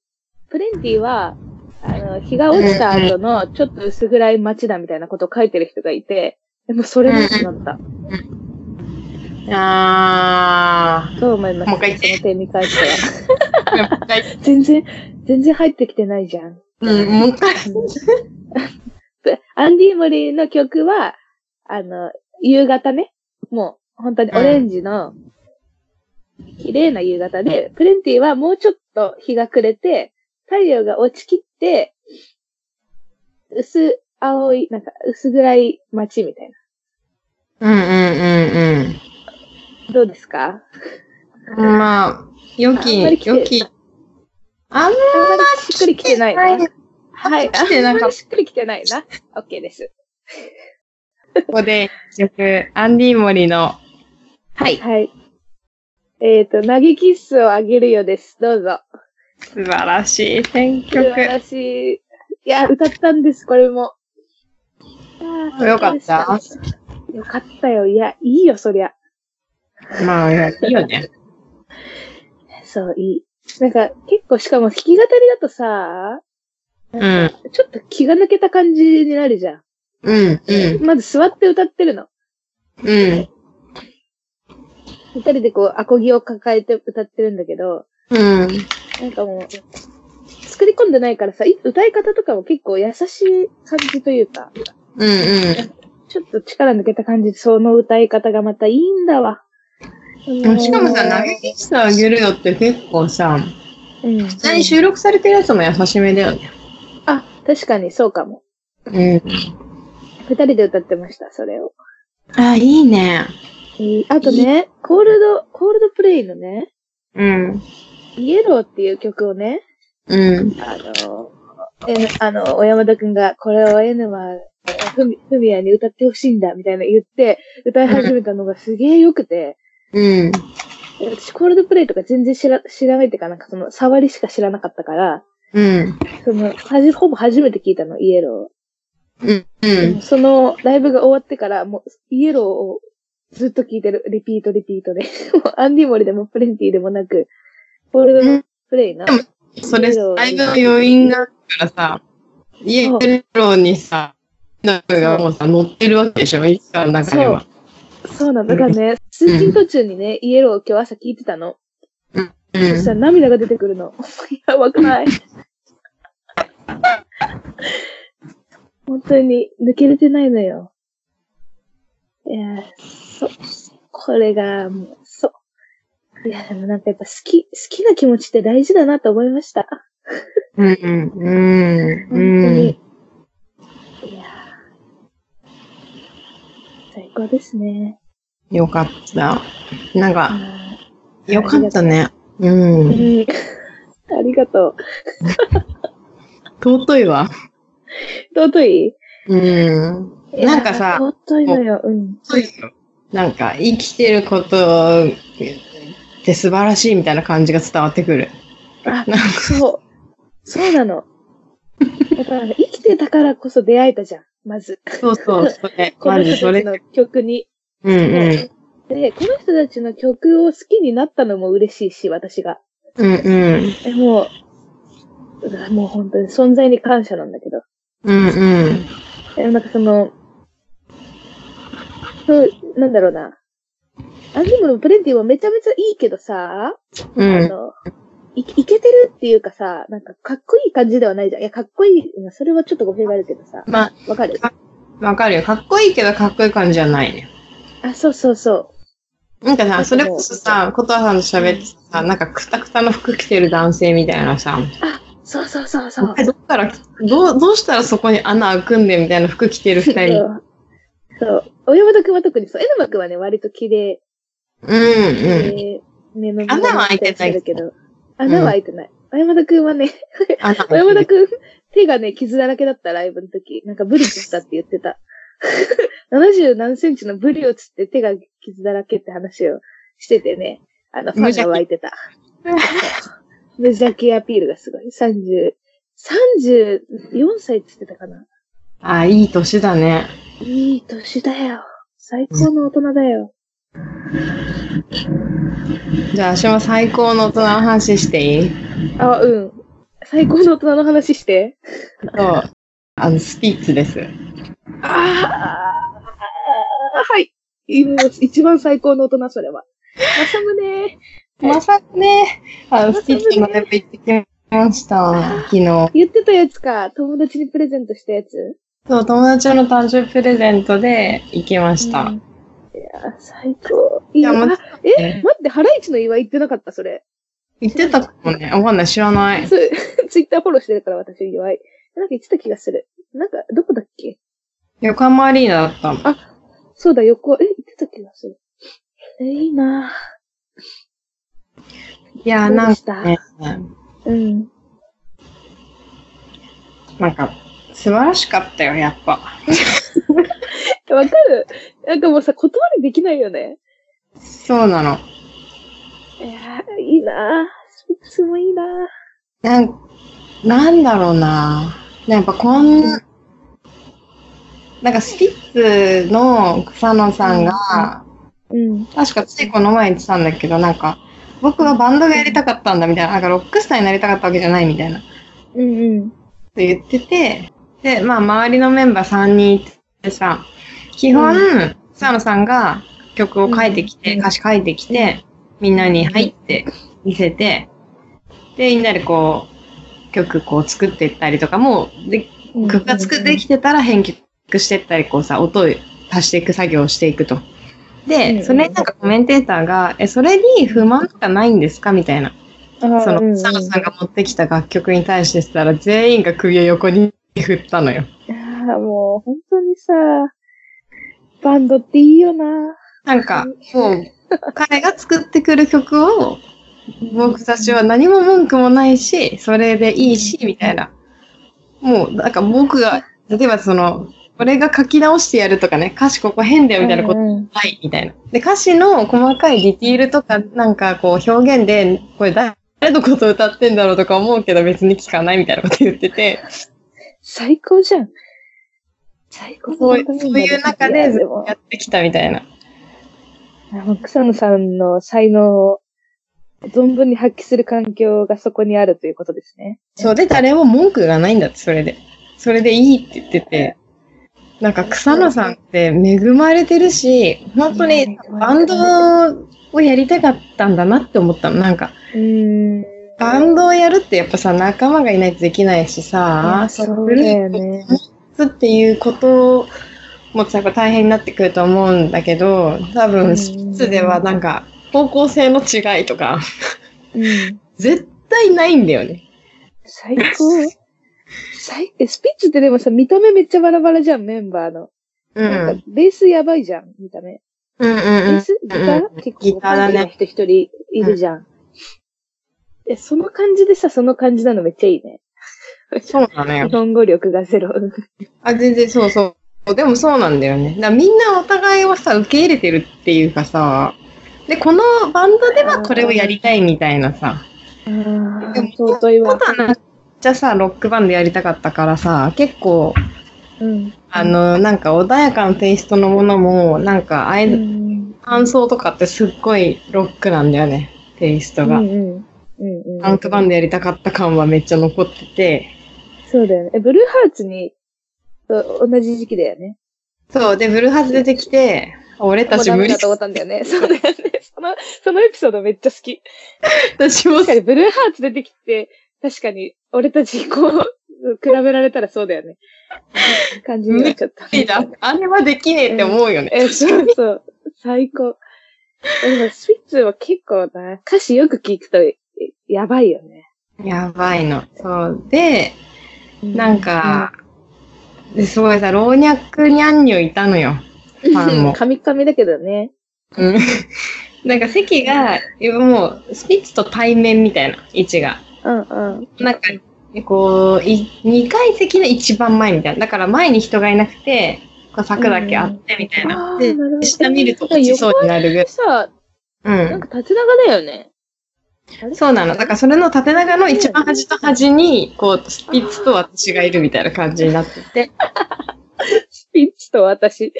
[SPEAKER 1] プレンティは、あの、日が落ちた後のちょっと薄暗い街だみたいなことを書いてる人がいて、でもそれなくなった。
[SPEAKER 2] あ
[SPEAKER 1] そう思いました。
[SPEAKER 2] もう一回言って
[SPEAKER 1] その点に関しては。
[SPEAKER 2] ー。やっぱり
[SPEAKER 1] 全然、全然入ってきてないじゃん。
[SPEAKER 2] うん、もう一回。
[SPEAKER 1] アンディモリの曲は、あの、夕方ね。もう、本当にオレンジの、綺麗な夕方で、プレンティはもうちょっと日が暮れて、太陽が落ちきって、薄青い、なんか薄暗い街みたい
[SPEAKER 2] うんうんうん
[SPEAKER 1] な。どうですか
[SPEAKER 2] うん。まあ、良
[SPEAKER 1] あん
[SPEAKER 2] き
[SPEAKER 1] まり、来て
[SPEAKER 2] 良き。あんま
[SPEAKER 1] あんまりしっくりきてないな。
[SPEAKER 2] り、
[SPEAKER 1] はい。
[SPEAKER 2] 来て
[SPEAKER 1] あ
[SPEAKER 2] なんか
[SPEAKER 1] ま
[SPEAKER 2] っ
[SPEAKER 1] りしっくりきてないな。オッケーです。
[SPEAKER 2] ここで、曲、アンディモリの、はい、
[SPEAKER 1] はい。えっ、と、投げキッスをあげるよです。どうぞ。
[SPEAKER 2] 素晴らしい選曲。
[SPEAKER 1] 素晴らしい。いや、歌ったんです、これも。あー
[SPEAKER 2] よかった
[SPEAKER 1] そうでしたよかったよ。いや、いいよ、そりゃ。
[SPEAKER 2] まあ、いいよね。
[SPEAKER 1] そう、いい。なんか、結構、しかも弾き語りだとさ、
[SPEAKER 2] うん。
[SPEAKER 1] ちょっと気が抜けた感じになるじゃん。
[SPEAKER 2] うん、うん、
[SPEAKER 1] まず座って歌ってるの。
[SPEAKER 2] うん、
[SPEAKER 1] 二人でこう、アコギを抱えて歌ってるんだけど、
[SPEAKER 2] うん、
[SPEAKER 1] なんかもう、作り込んでないからさ、い歌い方とかも結構優しい感じというか、
[SPEAKER 2] うん、
[SPEAKER 1] ちょっと力抜けた感じ、その歌い方がまたいいんだわ。
[SPEAKER 2] うん。しかもさ、投げキッスあげるよって結構さ、
[SPEAKER 1] うん。
[SPEAKER 2] 普通に収録されてるやつも優しめだよね。
[SPEAKER 1] あ、確かにそうかも。
[SPEAKER 2] うん。
[SPEAKER 1] 二人で歌ってました、それを。
[SPEAKER 2] あ、いいね。
[SPEAKER 1] いいあとね、コールド、コールドプレイのね、
[SPEAKER 2] うん。
[SPEAKER 1] イエローっていう曲をね、
[SPEAKER 2] うん。
[SPEAKER 1] あの、えあの、小山田くんが、これを N は、ふみ、ふみやに歌ってほしいんだ、みたいな言って、歌い始めたのがすげえ良くて、
[SPEAKER 2] うん。
[SPEAKER 1] 私、コールドプレイとか全然知ら、知らないっていうか、なんかその、触りしか知らなかったから、
[SPEAKER 2] うん。
[SPEAKER 1] その、はじ、ほぼ初めて聞いたの、イエローを。
[SPEAKER 2] うん。
[SPEAKER 1] でもそのライブが終わってから、もう、イエローをずっと聴いてる。リピート、リピートで。 もうアンディモリでもプレンティでもなく、ポールドプレイの。
[SPEAKER 2] それ、ライブの余韻があるからさ、イエローにさ、なんかもうさ、乗ってるわけでしょ、いつかの中では。
[SPEAKER 1] そうなんだ。だからね、通勤途中にね、イエローを今日朝聴いてたの。
[SPEAKER 2] う
[SPEAKER 1] そしたら
[SPEAKER 2] ん。
[SPEAKER 1] 涙が出てくるの。 やばくない 本当に抜けれてないのよ。いやー、そ、これが、もう、そう。いや、でもなんかやっぱ好き、好きな気持ちって大事だなと思いました。
[SPEAKER 2] うん。うん。
[SPEAKER 1] 本当に。
[SPEAKER 2] うん。
[SPEAKER 1] いやー最高ですね。
[SPEAKER 2] よかった。なんか、
[SPEAKER 1] あ
[SPEAKER 2] よかったね。うん。
[SPEAKER 1] ー うん。ありがとう。
[SPEAKER 2] 尊いわ。
[SPEAKER 1] 尊い
[SPEAKER 2] うん。なんかさ
[SPEAKER 1] いやー尊いのよ。うん。
[SPEAKER 2] そうですよ。なんか、生きてることって素晴らしいみたいな感じが伝わってくる。
[SPEAKER 1] あ、そう。そうなの。だからね、生きてたからこそ出会えたじゃん。まず。
[SPEAKER 2] そうそう、それ。
[SPEAKER 1] こ
[SPEAKER 2] ま
[SPEAKER 1] の
[SPEAKER 2] ずそ
[SPEAKER 1] 人た
[SPEAKER 2] れ
[SPEAKER 1] ち。の曲に。
[SPEAKER 2] うんうん。
[SPEAKER 1] で、この人たちの曲を好きになったのも嬉しいし、私が。
[SPEAKER 2] うんうん。
[SPEAKER 1] えもう、うわもう本当に存在に感謝なんだけど。
[SPEAKER 2] うんうん。
[SPEAKER 1] えなんかその、そう、なんだろうな。アンディモのプレンティもめちゃめちゃいいけどさ、
[SPEAKER 2] う
[SPEAKER 1] あ
[SPEAKER 2] ん。
[SPEAKER 1] の、い、いけてるっていうかさ、なんかかっこいい感じではないじゃん。いや、かっこいい、それはちょっと語弊があるけどさ、
[SPEAKER 2] まあ、
[SPEAKER 1] わかる
[SPEAKER 2] わかるよ。かっこいいけどかっこいい感じじゃないね。
[SPEAKER 1] あ、そうそうそ
[SPEAKER 2] なんか
[SPEAKER 1] なんかも
[SPEAKER 2] さ、
[SPEAKER 1] う
[SPEAKER 2] それこそさ、琴葉さんと喋ってさ、なんかくたくたの服着てる男性みたいなさ、
[SPEAKER 1] う。そうそうそうそう。
[SPEAKER 2] どっから、どう、どうしたらそこに穴開くんでみたいな服着てる
[SPEAKER 1] そ
[SPEAKER 2] 二人。
[SPEAKER 1] う。そう。小山田くんは特にそう。江沼くんはね、割と綺麗。
[SPEAKER 2] うんうん。
[SPEAKER 1] えー目の
[SPEAKER 2] 穴は開いてない
[SPEAKER 1] けど。穴は開いてない。小山田くんはね、
[SPEAKER 2] 穴
[SPEAKER 1] 小
[SPEAKER 2] 開い
[SPEAKER 1] 山
[SPEAKER 2] て
[SPEAKER 1] 田
[SPEAKER 2] る
[SPEAKER 1] くん、手がね、傷だらけだったライブの時。なんかブリ釣ったって言ってた。70何センチのブリを釣って手が傷だらけって話をしててね。あの、ファンが湧いてた。 無邪気アピールがすごい。30、34歳って言ってたかな。
[SPEAKER 2] あ、いい年だね。
[SPEAKER 1] いい年だよ。最高の大人だよ。
[SPEAKER 2] じゃあ、私も最高の大人の話していい
[SPEAKER 1] あ、うん。最高の大人の話して。
[SPEAKER 2] そう。あの、スピッツです。
[SPEAKER 1] ああ、はい。今一番最高の大人、それは。まさむね、
[SPEAKER 2] まさかね、あの、スピッツのライブ行ってきました。昨日。
[SPEAKER 1] 言ってたやつか、友達にプレゼントしたやつ
[SPEAKER 2] そう、友達の誕生日プレゼントで行きました。
[SPEAKER 1] うんいや、最高。いや、
[SPEAKER 2] いやもう
[SPEAKER 1] あえ、待って、ハライチの祝い言ってなかった、それ。
[SPEAKER 2] 行ってたかもね。わかんない、知らない。
[SPEAKER 1] そう ツイッターフォローしてるから、私の祝い。なんか言ってた気がする。なんか、どこだっけ
[SPEAKER 2] 横浜アリーナだったの。
[SPEAKER 1] そうだ、横、え、言ってた気がする。え、いいなぁ。
[SPEAKER 2] いや、
[SPEAKER 1] どう
[SPEAKER 2] な
[SPEAKER 1] で
[SPEAKER 2] ん
[SPEAKER 1] し
[SPEAKER 2] か
[SPEAKER 1] た
[SPEAKER 2] ね、
[SPEAKER 1] うん。
[SPEAKER 2] なんか、素晴らしかったよ、やっぱ。
[SPEAKER 1] わかるなんかもうさ、断りできないよね。
[SPEAKER 2] そうなの。
[SPEAKER 1] いやー、いいなぁ。スピッツもいいなぁ。
[SPEAKER 2] なん、なんだろうな。やっぱこんな、なんかスピッツの草野さんが、
[SPEAKER 1] うん。
[SPEAKER 2] 確かついこの前言ってたんだけど、なんか、僕はバンドがやりたかったんだみたいな、なんかロックスターになりたかったわけじゃないみたいな、と
[SPEAKER 1] うんうん。
[SPEAKER 2] 言ってて、で、まあ周りのメンバー3人いてさ、基本、草野さんが曲を書いてきて、
[SPEAKER 1] うん
[SPEAKER 2] 歌詞書いてきて、みんなに入って見せて、で、みんなでこう、曲こう作っていったりとかも、で、曲が作ってきてたら編曲してったり、こうさ、音を足していく作業をしていくと。
[SPEAKER 1] うんうん
[SPEAKER 2] で、それになんかコメンテーターが、え、それに不満とかないんですかみたいな。
[SPEAKER 1] そ
[SPEAKER 2] その、草野さんが持ってきた楽曲に対してしたら、全員が首を横に振ったのよ。
[SPEAKER 1] ああ、もう本当にさ、バンドっていいよな。
[SPEAKER 2] なんか、もう、彼が作ってくる曲を、僕たちは何も文句もないし、それでいいし、みたいな。もう、なんか僕が、例えばその、俺が書き直してやるとかね、歌詞ここ変だよみたいなこと、
[SPEAKER 1] うん
[SPEAKER 2] ないみたいな。で、歌詞の細かいディティールとか、なんかこう表現で、これ誰のこと歌ってんだろうとか思うけど別に聞かないみたいなこと言ってて、
[SPEAKER 1] 最高じゃん。最高
[SPEAKER 2] そうそういう中でずっ
[SPEAKER 1] で
[SPEAKER 2] と
[SPEAKER 1] も
[SPEAKER 2] や、ってきたみたいな。
[SPEAKER 1] あの草野さんの才能を存分に発揮する環境がそこにあるということですね。
[SPEAKER 2] そうで、誰も文句がないんだって、それで。それでいいって言ってて。なんか草野さんって恵まれてるし、本当にバンドをやりたかったんだなって思ったの。なんか、
[SPEAKER 1] うーん。
[SPEAKER 2] バンドをやるってやっぱさ、仲間がいないとできないし
[SPEAKER 1] い
[SPEAKER 2] さ
[SPEAKER 1] や、そうだよね。
[SPEAKER 2] グループっていうこともやっぱ大変になってくると思うんだけど、多分スピッツではなんか、方向性の違いとか、
[SPEAKER 1] うん。
[SPEAKER 2] 絶対ないんだよね。
[SPEAKER 1] 最高。最、え、スピッツってでもさ、見た目めっちゃバラバラじゃん、メンバーの。
[SPEAKER 2] う
[SPEAKER 1] なん
[SPEAKER 2] ん
[SPEAKER 1] か。ベースやばいじゃん、見た目。
[SPEAKER 2] うんうん
[SPEAKER 1] ベ
[SPEAKER 2] う
[SPEAKER 1] ー
[SPEAKER 2] ん。
[SPEAKER 1] スギター、結構
[SPEAKER 2] ギターだね
[SPEAKER 1] ファンキーな人一人いるじゃん。え、その感じでさ、その感じなのめっちゃいいね。
[SPEAKER 2] そうなのよ
[SPEAKER 1] 日。本語力がゼロ。
[SPEAKER 2] あ、全然そうそう。でもそうなんだよね。だからみんなお互いをさ、受け入れてるっていうかさ、で、このバンドではこれをやりたいみたいなさ、
[SPEAKER 1] あ
[SPEAKER 2] でも
[SPEAKER 1] 尊いわ
[SPEAKER 2] こと。はなっちゃさ、ロックバンドやりたかったからさ、結構、
[SPEAKER 1] うん。
[SPEAKER 2] あの、なんか穏やかなテイストのものも、なんか、あ
[SPEAKER 1] う
[SPEAKER 2] い、
[SPEAKER 1] ん、
[SPEAKER 2] 感想とかってすっごいロックなんだよね、テイス
[SPEAKER 1] う
[SPEAKER 2] ト
[SPEAKER 1] ん
[SPEAKER 2] が。
[SPEAKER 1] うん。うんうん、
[SPEAKER 2] アウトバンドやりたかった感はめっちゃ残ってて、
[SPEAKER 1] そうだよね。え、ブルーハーツに、と同じ時期だよね。
[SPEAKER 2] そう、で、ブルーハーツ出てきて、俺たち無
[SPEAKER 1] もうダメ
[SPEAKER 2] 理
[SPEAKER 1] だと思ったんだよね。そうだよね。その、そのエピソードめっちゃ好き。
[SPEAKER 2] 私も
[SPEAKER 1] 確かに、ブルーハーツ出てきて、確かに、俺たちこう、比べられたらそうだよね。感じになっちゃった。
[SPEAKER 2] 無理だ。あれはできねえって思うよね。
[SPEAKER 1] え、そうそう。最高。でも、スピッツは結構な、歌詞よく聞くと、えやばいよね。
[SPEAKER 2] やばいの。そう。で、なんか、ですごいさ、老若にゃんにょいたのよ。フ
[SPEAKER 1] うん、
[SPEAKER 2] ァンも。
[SPEAKER 1] カミカミだけどね。
[SPEAKER 2] うん なんか席が、もう、スピッツと対面みたいな位置が。
[SPEAKER 1] うんうん。
[SPEAKER 2] なんか、こう、い2階席の一番前みたいな。だから前に人がいなくて、こう柵だけあってみたいな。
[SPEAKER 1] うんあ
[SPEAKER 2] で
[SPEAKER 1] ーなるほど、
[SPEAKER 2] 下見ると落ちそうになるぐらい。
[SPEAKER 1] さ、
[SPEAKER 2] う
[SPEAKER 1] なん
[SPEAKER 2] ん。
[SPEAKER 1] か縦長だよね。
[SPEAKER 2] そうなの。だからそれの縦長の一番端と端に、こう、スピッツと私がいるみたいな感じになってて。
[SPEAKER 1] スピッツと私。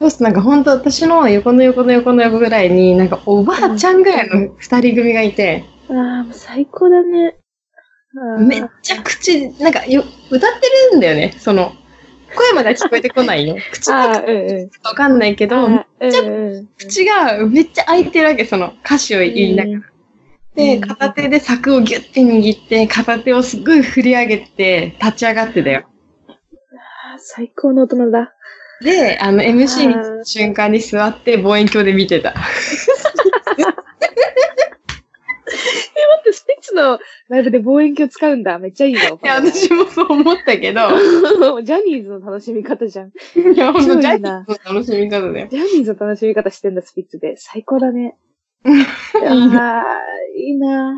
[SPEAKER 2] そうするとなんか本当私の横の横の横の横ぐらいに、なんかおばあちゃんぐらいの二人組がいて。
[SPEAKER 1] ああ、もう最高だね。あー
[SPEAKER 2] めっちゃ口、なんかよ、歌ってるんだよね。その、声までは聞こえてこないよ。口が
[SPEAKER 1] あー、うんうん。
[SPEAKER 2] わかんないけど、
[SPEAKER 1] あー
[SPEAKER 2] ちゃ
[SPEAKER 1] うんうん
[SPEAKER 2] 口がめっちゃ開いてるわけ、その歌詞を言いながら。で、片手で柵をギュッて握って、片手をすっごい振り上げて、立ち上がってたよ。
[SPEAKER 1] あー最高の大人だ。
[SPEAKER 2] で、あの、MC に来た瞬間に座って望遠鏡で見てた。
[SPEAKER 1] だってスピッツのライブで望遠鏡使うんだ。めっちゃいいよ。
[SPEAKER 2] いや、私もそう思ったけど、
[SPEAKER 1] ジャニーズの楽しみ方じゃん。
[SPEAKER 2] いや、ほん
[SPEAKER 1] そう
[SPEAKER 2] と、ジャ
[SPEAKER 1] な
[SPEAKER 2] ニ
[SPEAKER 1] ん
[SPEAKER 2] ー
[SPEAKER 1] だ
[SPEAKER 2] ズの楽しみ方だよ。
[SPEAKER 1] ジャニーズの楽しみ方してんだ、スピッツで。最高だね。あ
[SPEAKER 2] いい
[SPEAKER 1] あ、いいな。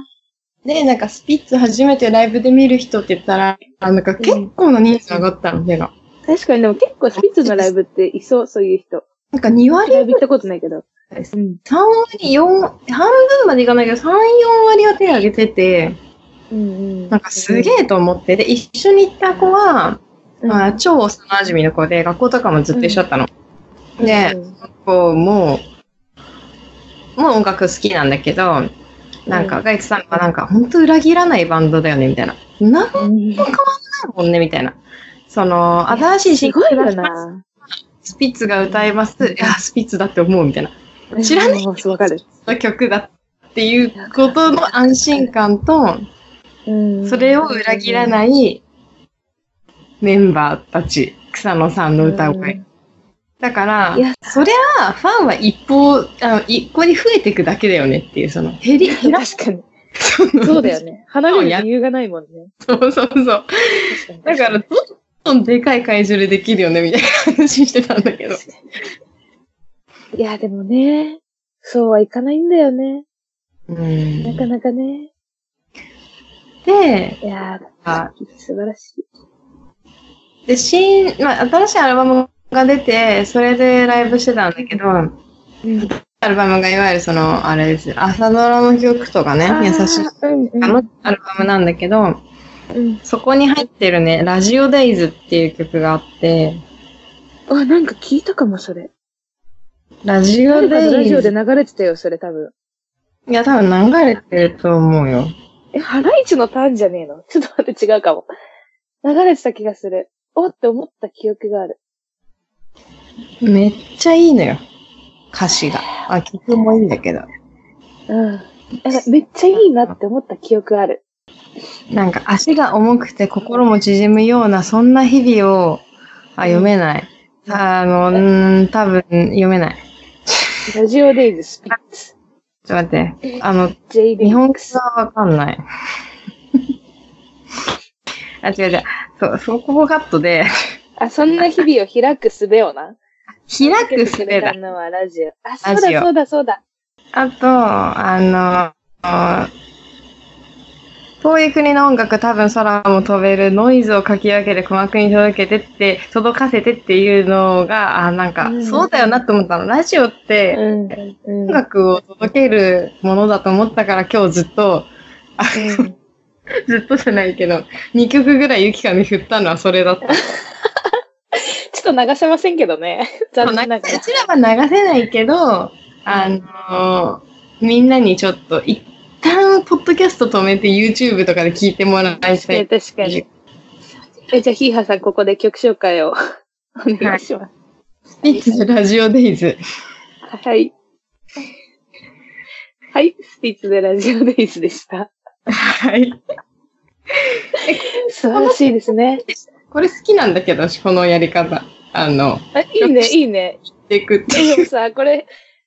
[SPEAKER 2] で、なんかスピッツ初めてライブで見る人って言ったら、あなんか結構な人数上がったの、手が。
[SPEAKER 1] 確かに、でも結構スピッツのライブっていそう、そういう人。
[SPEAKER 2] なんか2割
[SPEAKER 1] ライブ行ったことないけど。
[SPEAKER 2] です。3割、4、半分までいかないけど、3、4割は手を挙げてて、
[SPEAKER 1] うんうん。
[SPEAKER 2] なんかすげえと思って、で、一緒に行った子は、
[SPEAKER 1] うん
[SPEAKER 2] まあ、超幼馴染の子で、学校とかもずっと一緒だったの。で、
[SPEAKER 1] うん
[SPEAKER 2] こう、もう、もう音楽好きなんだけど、なん
[SPEAKER 1] う
[SPEAKER 2] か、
[SPEAKER 1] ん
[SPEAKER 2] ガイツさんがなんか、本当裏切らないバンドだよね、みたいな。なんだ
[SPEAKER 1] うん
[SPEAKER 2] もんね、みたいな。その、新しい
[SPEAKER 1] す
[SPEAKER 2] 新
[SPEAKER 1] ごい
[SPEAKER 2] 曲
[SPEAKER 1] よ
[SPEAKER 2] 出します
[SPEAKER 1] な。
[SPEAKER 2] スピッツが歌います。いや、スピッツだって思う、みたいな。知らない
[SPEAKER 1] うんそうわかる。
[SPEAKER 2] の曲だっていうことの安心感と、
[SPEAKER 1] うん
[SPEAKER 2] それを裏切らないメンバーたち、草野さんの歌声。
[SPEAKER 1] うん
[SPEAKER 2] だから
[SPEAKER 1] いや、
[SPEAKER 2] それはファンは一方、あの一個に増えていくだけだよねっていう、その、減り、減らし
[SPEAKER 1] 確かに。
[SPEAKER 2] そう
[SPEAKER 1] そうだよ ね。離
[SPEAKER 2] そう
[SPEAKER 1] れ
[SPEAKER 2] や
[SPEAKER 1] る理由がないもん ね。
[SPEAKER 2] そうそうそう。
[SPEAKER 1] 確に
[SPEAKER 2] だから、、どんどんでかい会場でできるよね、みたいな話してたんだけど。
[SPEAKER 1] いや、でもね、そうはいかないんだよね。
[SPEAKER 2] うん
[SPEAKER 1] なかなかね。
[SPEAKER 2] で、
[SPEAKER 1] いや
[SPEAKER 2] あ
[SPEAKER 1] ー、素晴らしい。
[SPEAKER 2] で、新、まあ、新しいアルバムが出て、それでライブしてたんだけど、
[SPEAKER 1] うん、
[SPEAKER 2] アルバムがいわゆるその、あれです。朝ドラの曲とかね、優しい。
[SPEAKER 1] うんうん、
[SPEAKER 2] あのアルバムなんだけど、
[SPEAKER 1] うん。
[SPEAKER 2] そこに入ってるね、ラジオデイズっていう曲があって、
[SPEAKER 1] あ、なんか聞いたかも、それ。
[SPEAKER 2] ラジオ
[SPEAKER 1] 誰かの
[SPEAKER 2] デ
[SPEAKER 1] ラ
[SPEAKER 2] イ
[SPEAKER 1] ジオで
[SPEAKER 2] ズ。
[SPEAKER 1] 流れてたよ、それ多分。
[SPEAKER 2] いや、多分流れてると思うよ。
[SPEAKER 1] え、ハライチのターンじゃねえのちょっと待って、違うかも。流れてた気がする。おって思った記憶がある。
[SPEAKER 2] めっちゃいいのよ。歌詞が。あ、曲もいいんだけど。
[SPEAKER 1] うん。なんかめっちゃいいなって思った記憶ある。
[SPEAKER 2] なんか足が重くて心も縮むような、そんな日々を、あ、読めない。あの、うーん、多分読めない。
[SPEAKER 1] ラジオデイズ、スピッツ、
[SPEAKER 2] ちょっと待って。あの、
[SPEAKER 1] J リ
[SPEAKER 2] 日
[SPEAKER 1] ーグ。
[SPEAKER 2] 本語はわかんない。 あ、違う違う。そう、そこカットで、
[SPEAKER 1] あ、そんな日々を開く術をな。
[SPEAKER 2] 開くすべ
[SPEAKER 1] 開
[SPEAKER 2] だ
[SPEAKER 1] く。のはラジオ。あ、そう
[SPEAKER 2] ラジ
[SPEAKER 1] だ、
[SPEAKER 2] オ
[SPEAKER 1] そうだ、そうだ。
[SPEAKER 2] あと、あの、遠い国の音楽、多分空も飛べる、ノイズをかき分けて鼓膜に届けてって、届かせてっていうのが、あ、なんか、
[SPEAKER 1] うん
[SPEAKER 2] そうだよなって思ったの。ラジオって、
[SPEAKER 1] うん。
[SPEAKER 2] 音
[SPEAKER 1] うん。
[SPEAKER 2] 楽を届けるものだと思ったから、今日ずっと、あ
[SPEAKER 1] うん
[SPEAKER 2] ずっとじゃないけど、2曲ぐらいユキカに振ったのはそれだった。
[SPEAKER 1] ちょっと流せませんけどね。
[SPEAKER 2] そ
[SPEAKER 1] 残
[SPEAKER 2] うな
[SPEAKER 1] 念
[SPEAKER 2] ん
[SPEAKER 1] な
[SPEAKER 2] か
[SPEAKER 1] が
[SPEAKER 2] うちらは流せないけど、あのーみんなにちょっと、一旦、ポッドキャスト止めて YouTube とかで聞いてもらいたい。
[SPEAKER 1] ら。確かに。え、じゃあ、ヒーハさん、ここで曲紹介をお願いします。
[SPEAKER 2] スピッツラジオデイズ。
[SPEAKER 1] はい。はい、スピッツでラジオデイズでした。
[SPEAKER 2] はい。
[SPEAKER 1] 素晴らしいですね。
[SPEAKER 2] これ好きなんだけど、このやり方。あの、
[SPEAKER 1] あいいね、いいね。
[SPEAKER 2] でくって
[SPEAKER 1] え
[SPEAKER 2] い
[SPEAKER 1] でも
[SPEAKER 2] う。
[SPEAKER 1] さ、これ、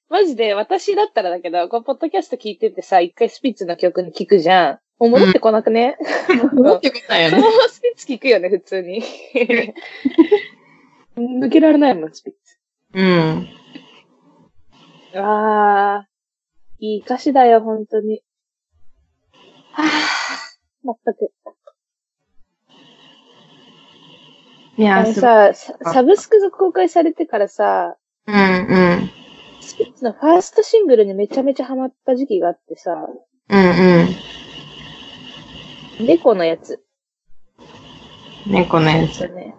[SPEAKER 1] マジで私だったらだけど、このポッドキャスト聞いててさ、一回スピッツの曲に聞くじゃん。もう戻ってこなくね、
[SPEAKER 2] 思ってこないよ
[SPEAKER 1] その
[SPEAKER 2] ね。
[SPEAKER 1] ままスピッツ聞くよね、普通に。 抜けられないもん、スピッ
[SPEAKER 2] うん。
[SPEAKER 1] ツ。わあ、いい歌詞だよ、本当に。はあ、まったく。
[SPEAKER 2] い
[SPEAKER 1] あ
[SPEAKER 2] や、
[SPEAKER 1] の
[SPEAKER 2] すごい。
[SPEAKER 1] さ、ササブスクが公開されてからさ、
[SPEAKER 2] うんうん。
[SPEAKER 1] スピッツのファーストシングルにめちゃめちゃハマった時期があってさ、
[SPEAKER 2] うんうん。
[SPEAKER 1] 猫のやつ
[SPEAKER 2] 猫のや
[SPEAKER 1] だ
[SPEAKER 2] つ。
[SPEAKER 1] よね。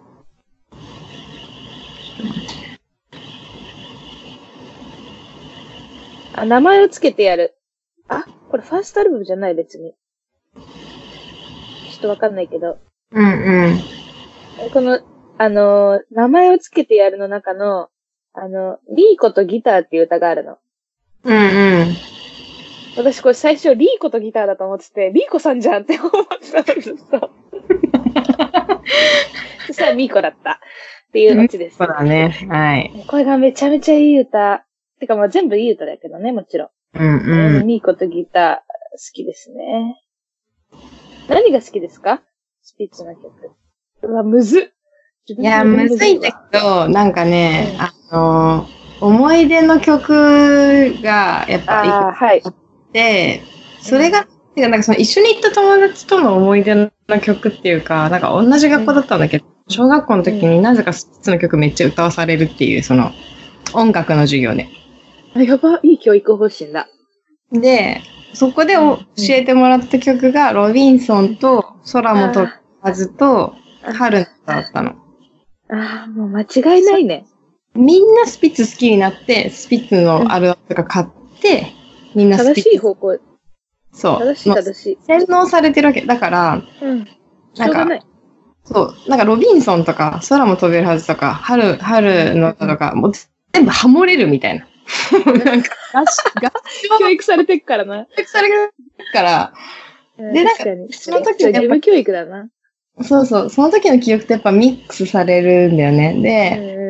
[SPEAKER 1] あ、名前をつけてやる。あ、これファーストアルバムじゃない別に。ちょっとわかんないけど。
[SPEAKER 2] うんうん。
[SPEAKER 1] この、あのー名前をつけてやるの中の、あの、リーコとギターっていう歌があるの。
[SPEAKER 2] うんうん。
[SPEAKER 1] 私これ最初リーコとギターだと思ってて、リーコさんじゃんって思ってたんですよ。そしたらミーコだった。っていうオチ です。
[SPEAKER 2] そうだね。はい。
[SPEAKER 1] これがめちゃめちゃいい歌。てかまあ全部いい歌だけどね、もちろ
[SPEAKER 2] うん
[SPEAKER 1] ん。
[SPEAKER 2] うん。
[SPEAKER 1] ミーコとギター好きですね。何が好きですかスピッツの曲。うわ、むずっ
[SPEAKER 2] いや、むずいんだけど、なんかね、あの、思い出の曲がやっぱいっ
[SPEAKER 1] ああー、はい。
[SPEAKER 2] て、それが、てかなんかその一緒に行った友達との思い出の曲っていうか、なんか同じ学校だったんだけど、小学校の時になぜかスピッツの曲めっちゃ歌わされるっていう、その音楽の授業で。
[SPEAKER 1] あやば、いい教育方針だ。
[SPEAKER 2] で、そこでお
[SPEAKER 1] うん
[SPEAKER 2] 教えてもらった曲が、ロビンソンと空も飛ぶはずと
[SPEAKER 1] あー
[SPEAKER 2] 春の歌だったの。
[SPEAKER 1] ああ、もう間違いないね。
[SPEAKER 2] みんなスピッツ好きになって、スピッツのアルバムとか買って、みんなス
[SPEAKER 1] 正
[SPEAKER 2] ピッ
[SPEAKER 1] し
[SPEAKER 2] ツ。
[SPEAKER 1] い方向。
[SPEAKER 2] そう。
[SPEAKER 1] 正しい
[SPEAKER 2] の
[SPEAKER 1] 正しい。
[SPEAKER 2] 洗脳されてるわけ。だから、
[SPEAKER 1] うん。し
[SPEAKER 2] な
[SPEAKER 1] ょ
[SPEAKER 2] ん
[SPEAKER 1] うが
[SPEAKER 2] か、
[SPEAKER 1] ない。
[SPEAKER 2] そう、なんかロビンソンとか、空も飛べるはずとか、春、春の歌とか、もう全部ハモれるみ たいな。なんか、合唱
[SPEAKER 1] 教育されてっからな。
[SPEAKER 2] 学されるから、
[SPEAKER 1] で
[SPEAKER 2] なんか
[SPEAKER 1] に
[SPEAKER 2] その時
[SPEAKER 1] は
[SPEAKER 2] はやっぱ
[SPEAKER 1] 義務教育だな。
[SPEAKER 2] そうそう、その時の記憶ってやっぱミックスされるんだよね。
[SPEAKER 1] うん
[SPEAKER 2] で、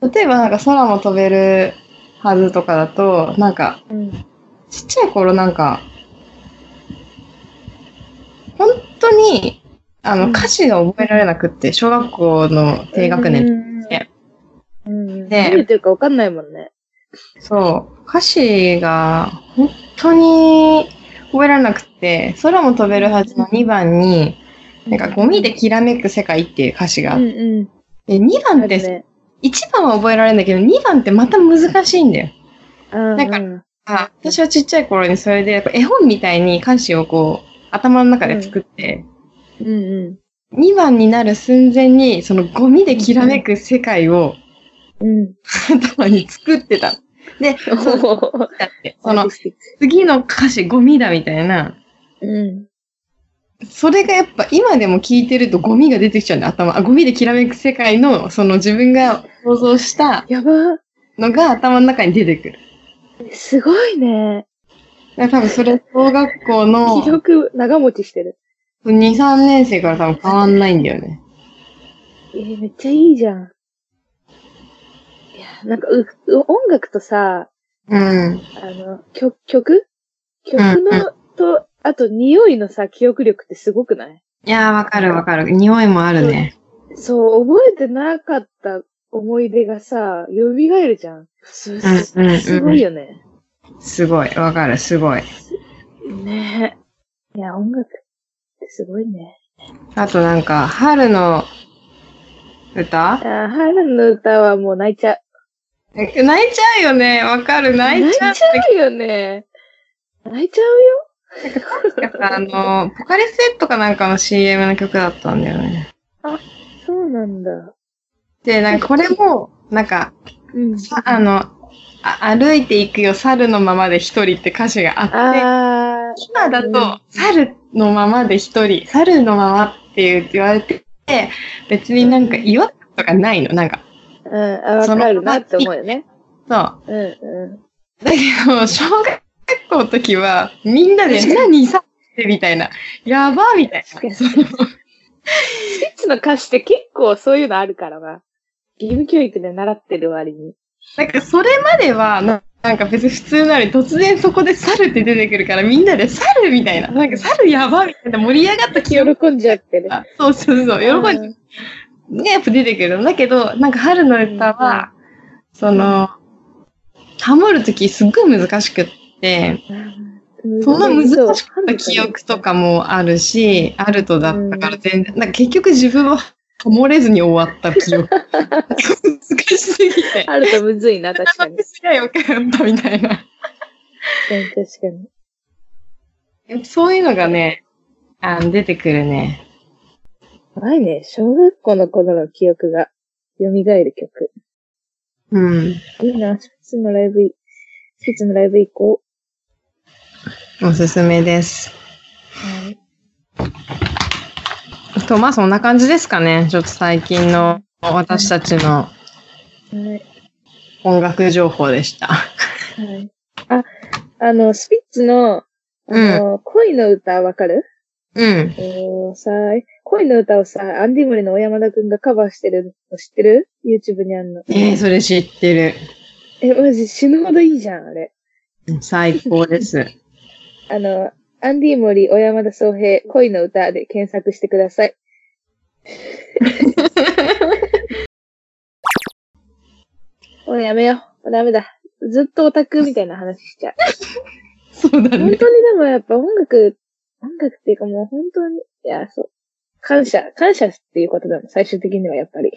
[SPEAKER 1] う
[SPEAKER 2] 例えばなんか空も飛べるはずとかだと、なんか、
[SPEAKER 1] んうん。
[SPEAKER 2] ちっちゃい頃なんか、本当に、あ
[SPEAKER 1] う
[SPEAKER 2] の、
[SPEAKER 1] ん
[SPEAKER 2] 歌詞が覚えられなくって、小学校の低学年。
[SPEAKER 1] 年
[SPEAKER 2] ね
[SPEAKER 1] うん。
[SPEAKER 2] で
[SPEAKER 1] 何言ってるかわかんないもんね。
[SPEAKER 2] そう、歌詞が本当に覚えられなくて、空も飛べるはずの2番に、なんかゴミできらめく世界っていう歌詞があ
[SPEAKER 1] う
[SPEAKER 2] っ
[SPEAKER 1] ん
[SPEAKER 2] て、
[SPEAKER 1] うん。
[SPEAKER 2] 2
[SPEAKER 1] あ
[SPEAKER 2] 番
[SPEAKER 1] る
[SPEAKER 2] って、
[SPEAKER 1] ね。
[SPEAKER 2] 1番は覚えられるんだけど、2番ってまた難しいんだよ。
[SPEAKER 1] な
[SPEAKER 2] なんかあ私はちっちゃい頃にそれで、やっぱ絵本みたいに歌詞をこう、頭の中で作って、
[SPEAKER 1] うんう
[SPEAKER 2] 2番になる寸前に、そのゴミできらめく世界を
[SPEAKER 1] ん。うん。
[SPEAKER 2] 頭に作ってた。で、そう だって、その、次の歌詞ゴミだみたいな、
[SPEAKER 1] うん。
[SPEAKER 2] それがやっぱ今でも聞いてるとゴミが出てきちゃうんだ、頭。あ、ゴミできらめく世界の、その自分が想像した
[SPEAKER 1] やばー。
[SPEAKER 2] のが頭の中に出てくる。
[SPEAKER 1] すごいね。
[SPEAKER 2] だから多分それ、小学校の
[SPEAKER 1] 記
[SPEAKER 2] 2、
[SPEAKER 1] 憶長持ちしてる。
[SPEAKER 2] 3年生から多分変わんないんだよね。
[SPEAKER 1] えーめっちゃいいじゃん。いや、なんか、う、う音楽とさ、
[SPEAKER 2] うん。
[SPEAKER 1] あの、曲、曲曲
[SPEAKER 2] うんう
[SPEAKER 1] の、と、あと匂いのさ、記憶力ってすごくない
[SPEAKER 2] いやー、わかるわかる。匂いもあるね。
[SPEAKER 1] そう、覚えてなかった思い出がさ、蘇るじゃん。す、す
[SPEAKER 2] うんうんうん
[SPEAKER 1] すごいよね。
[SPEAKER 2] すごい、わかる、すごい。
[SPEAKER 1] ねえ。いや、音楽ってすごいね。
[SPEAKER 2] あとなんか、春の歌
[SPEAKER 1] あー、春の歌はもう泣いちゃう。
[SPEAKER 2] え泣いちゃうよね。わかる。泣いちゃう。
[SPEAKER 1] うよね。泣いちゃうよ。
[SPEAKER 2] あの、ポカリスエットかなんかの CM の曲だったんだよね。
[SPEAKER 1] そうなんだ。
[SPEAKER 2] で、なんかこれも、なんか、
[SPEAKER 1] うん。
[SPEAKER 2] さあの、あ歩いていくよ、猿のままで一人って歌詞があって、
[SPEAKER 1] あー
[SPEAKER 2] 今だと、猿のままで一人、猿のままって言うって言われてて、別になんか違和感とかないの。なんか、
[SPEAKER 1] うん、あ、わかるなって思うよね。
[SPEAKER 2] そう。
[SPEAKER 1] うん、う
[SPEAKER 2] だけど、小学校の時は、みんなで何さってみたいな。やばみたい
[SPEAKER 1] 確かに
[SPEAKER 2] な。その
[SPEAKER 1] キッズの歌詞って結構そういうのあるからな。義務教育で習ってる割に。
[SPEAKER 2] なんかそれまではな、なんか別に普通なのに突然そこで猿って出てくるからみんなで猿みたいな。なんか猿やばみたいな盛り上がった記憶
[SPEAKER 1] 喜んじゃってる。
[SPEAKER 2] が。そうそうそう。喜んで、ね、やっぱ出てくるんだけど、なんか春の歌は、その、ハモるときすっごい難しくって、
[SPEAKER 1] うん
[SPEAKER 2] そんな難しかった記憶と。かもあるし、アルトだったから全然、なんか結局自分はハモれずに終わった記憶。難しすぎて。
[SPEAKER 1] あるとむずいな、確かに。
[SPEAKER 2] 私がよかったみた
[SPEAKER 1] 確かに
[SPEAKER 2] いな。
[SPEAKER 1] 確かに。
[SPEAKER 2] そういうのがね、あの出てくるね。
[SPEAKER 1] 怖いね。小学校の頃の記憶が蘇る曲。
[SPEAKER 2] うん。
[SPEAKER 1] いいな。季節のライブい、季節のライブ行こ
[SPEAKER 2] おすすめです。
[SPEAKER 1] う。はい。
[SPEAKER 2] と、まあそんな感じですかね。ちょっと最近の私たちの
[SPEAKER 1] はい。
[SPEAKER 2] 音楽情報でした。
[SPEAKER 1] はい。あ、あの、スピッツの、あの、恋の歌わかる
[SPEAKER 2] うん。
[SPEAKER 1] おーさーい。恋の歌をさ、アンディムリの小山田くんがカバーしてるの知ってる ?YouTube にあんの。
[SPEAKER 2] えー、それ知ってる。
[SPEAKER 1] え、マジ死ぬほどいいじゃん、あれ。
[SPEAKER 2] 最高です。
[SPEAKER 1] あの、アンディモリ、小山田総平、恋の歌で検索してくだ さい。もうやめよう。もうダメだ。ずっとオタクみたいな話しち ゃう。
[SPEAKER 2] そう
[SPEAKER 1] 本。
[SPEAKER 2] だ
[SPEAKER 1] 当にでもやっぱ音楽、音楽っていうかもう本当に、いや、そう。感謝、感謝っていうことだもん、最終的にはやっぱり。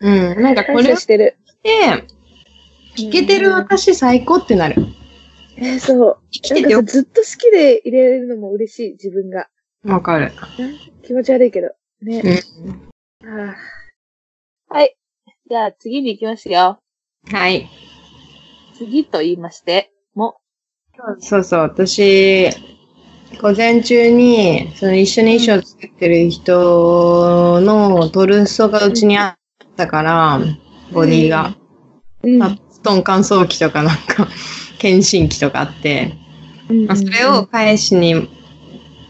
[SPEAKER 2] うん。なんかこ
[SPEAKER 1] 感
[SPEAKER 2] れ
[SPEAKER 1] 謝
[SPEAKER 2] を
[SPEAKER 1] してる。
[SPEAKER 2] て、聴けてる私最高ってなる。
[SPEAKER 1] えーそう。
[SPEAKER 2] 生き
[SPEAKER 1] な
[SPEAKER 2] て
[SPEAKER 1] んか
[SPEAKER 2] てよ
[SPEAKER 1] さずっと好きで入れるのも嬉しい、自分が。
[SPEAKER 2] わかる。
[SPEAKER 1] 気持ち悪いけど。ね。ああはい。じゃあ次に行きますよ。
[SPEAKER 2] はい。
[SPEAKER 1] 次と言いまして、も。
[SPEAKER 2] そうそう、私、午前中に、その一緒に衣装作ってる人のトルストがうちにあったから、ボディが。
[SPEAKER 1] うん
[SPEAKER 2] まあストーン乾燥機とかなんか、検診機とかあって、まあ、それを、返しに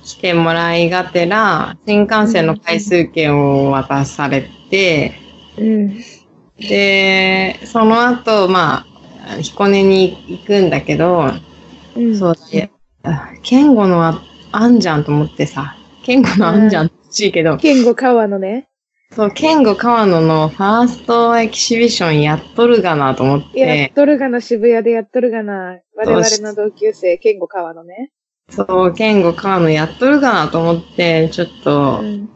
[SPEAKER 2] 来てもらいがてら、新幹線の回数券を渡されて、
[SPEAKER 1] うん。
[SPEAKER 2] で、その後、まあ、彦根に行くんだけど、
[SPEAKER 1] うん
[SPEAKER 2] そうだね。健吾のはあんじゃんと思ってさ、健吾のあんじゃんって欲しいけど、
[SPEAKER 1] ケンゴ川のね。
[SPEAKER 2] そう、健吾川野のファーストエキシビションやっとるがなと思っ、
[SPEAKER 1] やってとるがな、渋谷でやっとるがな。我々の同級生、ケンゴ川のね。
[SPEAKER 2] そう、健吾川野やっとるがなと思って、ちょっ
[SPEAKER 1] う
[SPEAKER 2] と、
[SPEAKER 1] ん。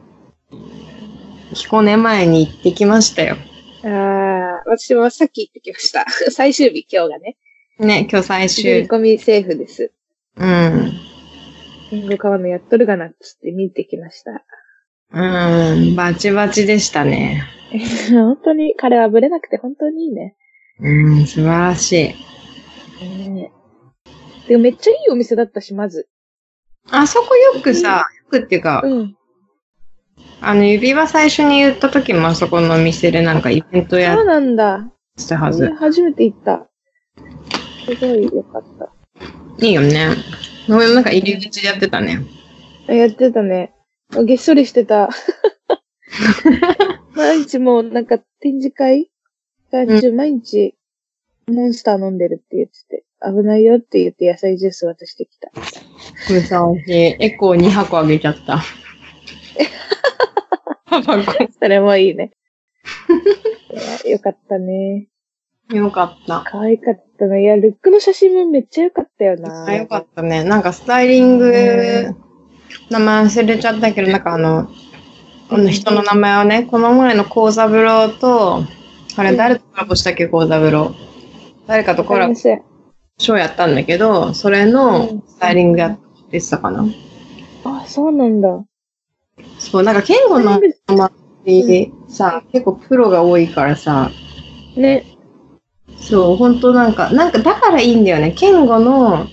[SPEAKER 2] 彦根前に行ってきましたよ。
[SPEAKER 1] ああ、私もさっき行ってきました。 最終日、今日がね。
[SPEAKER 2] ね、今日最
[SPEAKER 1] 振り
[SPEAKER 2] 終。
[SPEAKER 1] 込みセーフです。
[SPEAKER 2] うん。
[SPEAKER 1] ケンゴ川のやっとるがな、つって見てきました。
[SPEAKER 2] うん、バチバチでしたね。
[SPEAKER 1] 本当に、彼はぶれなくて本当にいいね。
[SPEAKER 2] うん、素晴らしい。
[SPEAKER 1] ねえでもめっちゃいいお店だったし、まず。
[SPEAKER 2] あそこよくさ、よくっていうか、
[SPEAKER 1] うん。
[SPEAKER 2] あの、指輪最初に言った時もあそこのお店でなんかイベントやっ
[SPEAKER 1] そうなんだ。
[SPEAKER 2] てたは
[SPEAKER 1] それ
[SPEAKER 2] ず。
[SPEAKER 1] 初めて行った。すごいよかっ
[SPEAKER 2] いいよね。ごめんなんか入り口でやってたね。
[SPEAKER 1] た。やってたね。げっそりして た。毎日もうなんか展示会が中、毎日モンスター飲んでるって言ってて、危ないよって言って野菜ジュース渡してきた。
[SPEAKER 2] むさおしい。エコー2箱あげちゃ った。タバコ。
[SPEAKER 1] それもいい ね。いやよかったね。
[SPEAKER 2] よかった。
[SPEAKER 1] 可愛かったね。いや、ルックの写真もめっちゃよかったよな。
[SPEAKER 2] あよかったね。なんかスタイリング、名前忘れちゃったけど、なんかあの、あの人の名前をね、この前の幸三郎と、あれ誰とコラボしたっけ、幸三郎。誰かとコ
[SPEAKER 1] わか
[SPEAKER 2] ラ
[SPEAKER 1] り
[SPEAKER 2] ボ
[SPEAKER 1] ま、せん。
[SPEAKER 2] ショーやったんだけど、それのスタイリングやってたかな。
[SPEAKER 1] あ、そうなんだ。
[SPEAKER 2] そう、なんか、健吾の周りさ、結構プロが多いからさ、
[SPEAKER 1] ね。
[SPEAKER 2] そう、本当なんか、なんかだからいいんだよね。健吾の、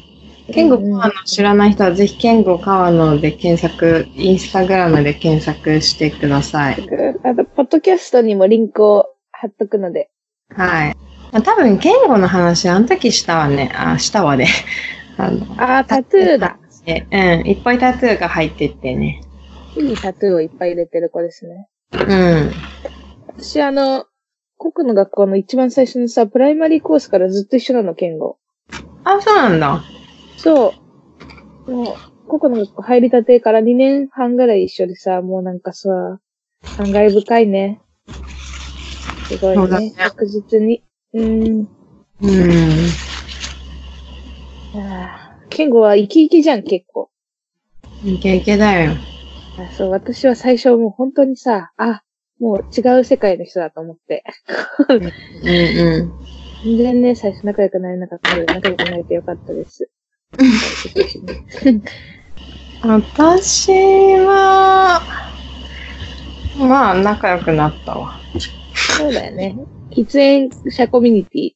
[SPEAKER 2] 健吾川野知らない人は、ぜひ健吾川野で検索、インスタグラムで検索してください。
[SPEAKER 1] あと、ポッドキャストにもリンクを貼っとくので。
[SPEAKER 2] はい。まあ、多分、健吾の話、あの時したわね。あ、したわね。あの、
[SPEAKER 1] あー、 タトゥーだ。
[SPEAKER 2] えうん、いっぱいタトゥーが入ってってね。
[SPEAKER 1] いいタトゥーをいっぱい入れてる子ですね。
[SPEAKER 2] うん。
[SPEAKER 1] 私、あの、国の学校の一番最初のさ、プライマリーコースからずっと一緒なの、健吾。
[SPEAKER 2] あ、そうなんだ。
[SPEAKER 1] そう。もう、国の学校入りたてから2年半ぐらい一緒でさ、もうなんかさ、感慨深いね。すご
[SPEAKER 2] そ
[SPEAKER 1] いう
[SPEAKER 2] だ
[SPEAKER 1] ね。
[SPEAKER 2] ね
[SPEAKER 1] 確実に。うん。
[SPEAKER 2] うん。
[SPEAKER 1] あー健吾は生き生きじゃん、結構。
[SPEAKER 2] イケイケだよ。
[SPEAKER 1] あそう、私は最初もう本当にさ、あ、もう違う世界の人だと思って。
[SPEAKER 2] うんう
[SPEAKER 1] 全然ね、最初仲良くなれなかったけど、仲良くなれてよかったです。
[SPEAKER 2] ん。私は、まあ、仲良くなったわ。
[SPEAKER 1] そうだよね。喫煙者コミュニテ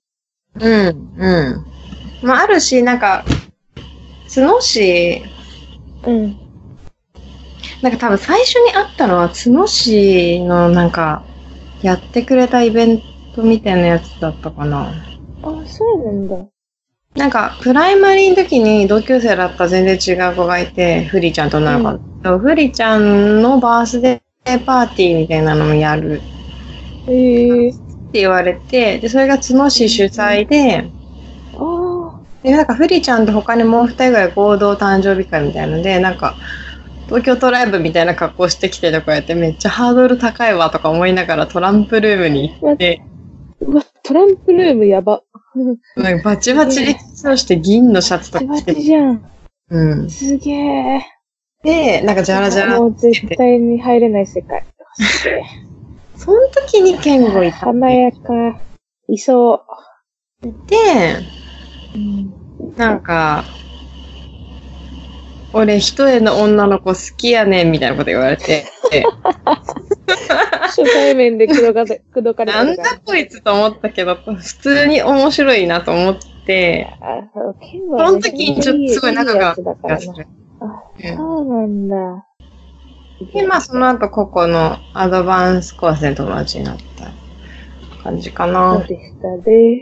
[SPEAKER 2] うん、うん。まあ、あるし、なんか、角氏、
[SPEAKER 1] ィ。うん。
[SPEAKER 2] なんか多分最初に会ったのは角氏のなんか、やってくれたイベントみたいなやつだったかな。
[SPEAKER 1] あ、そうなんだ。
[SPEAKER 2] なんか、プライマリーの時に同級生だった全然違う子がいて、フリちゃんと女の子だ。フリちゃんのバースデーパーティーみたいなのもやる
[SPEAKER 1] ええ
[SPEAKER 2] って言われて、で、それが角氏主催で、
[SPEAKER 1] あ
[SPEAKER 2] で、なんかフリちゃんと他にもう二人ぐらい合同誕生日会みたいので、なんか、東京トライブみたいな格好してきてとかやって、めっちゃハードル高いわとか思いながらトランプルームに行って、
[SPEAKER 1] あ。うわ、トランプルームやば。
[SPEAKER 2] なんかバチバチでそうして銀のシャツと
[SPEAKER 1] バチバ
[SPEAKER 2] か着て
[SPEAKER 1] チ、じゃん。
[SPEAKER 2] うん。
[SPEAKER 1] すげえ。
[SPEAKER 2] で、なんかジャラジャラ。
[SPEAKER 1] もう絶対に入れない世 界。すげえ
[SPEAKER 2] その時にケンゴいたん
[SPEAKER 1] 華
[SPEAKER 2] で。
[SPEAKER 1] やか。いそ
[SPEAKER 2] で、
[SPEAKER 1] う。うん。
[SPEAKER 2] なんか、俺一重の女の子好きやねんみたいなこと言われて、
[SPEAKER 1] 初対面で口説かれ、口説かれ
[SPEAKER 2] な
[SPEAKER 1] た
[SPEAKER 2] ん
[SPEAKER 1] のが
[SPEAKER 2] だこいつと思ったけど、普通に面白いなと思って、
[SPEAKER 1] あ、そう、ケン
[SPEAKER 2] そ
[SPEAKER 1] は
[SPEAKER 2] の
[SPEAKER 1] ね
[SPEAKER 2] 時にちょっとすごい仲
[SPEAKER 1] いい
[SPEAKER 2] が
[SPEAKER 1] やつだか
[SPEAKER 2] いや
[SPEAKER 1] ら
[SPEAKER 2] す
[SPEAKER 1] な
[SPEAKER 2] る。
[SPEAKER 1] そうなんだ。
[SPEAKER 2] で、まあその後、ここのアドバンスコースで友達になった感じか
[SPEAKER 1] そ
[SPEAKER 2] な
[SPEAKER 1] う。でしたで。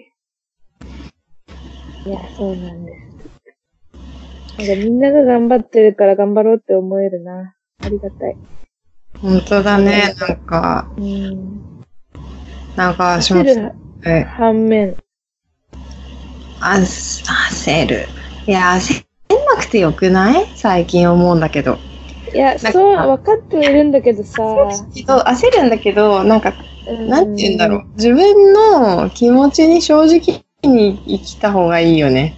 [SPEAKER 1] いや、そうなんです。なんかみんなが頑張ってるから頑張ろうって思えるな。ありがたい。
[SPEAKER 2] 本当だね。なんか、
[SPEAKER 1] うん。
[SPEAKER 2] なんか、し
[SPEAKER 1] 焦
[SPEAKER 2] も
[SPEAKER 1] る
[SPEAKER 2] え
[SPEAKER 1] 反面。
[SPEAKER 2] あ焦る。いや、焦んなくてよくない最近思うんだけど。
[SPEAKER 1] いや、
[SPEAKER 2] なんか
[SPEAKER 1] そう、分かってはいるんだけどさ。
[SPEAKER 2] 焦るんだけど、なんか、
[SPEAKER 1] うん
[SPEAKER 2] なんて言うんだろう。自分の気持ちに正直に生きた方がいいよね。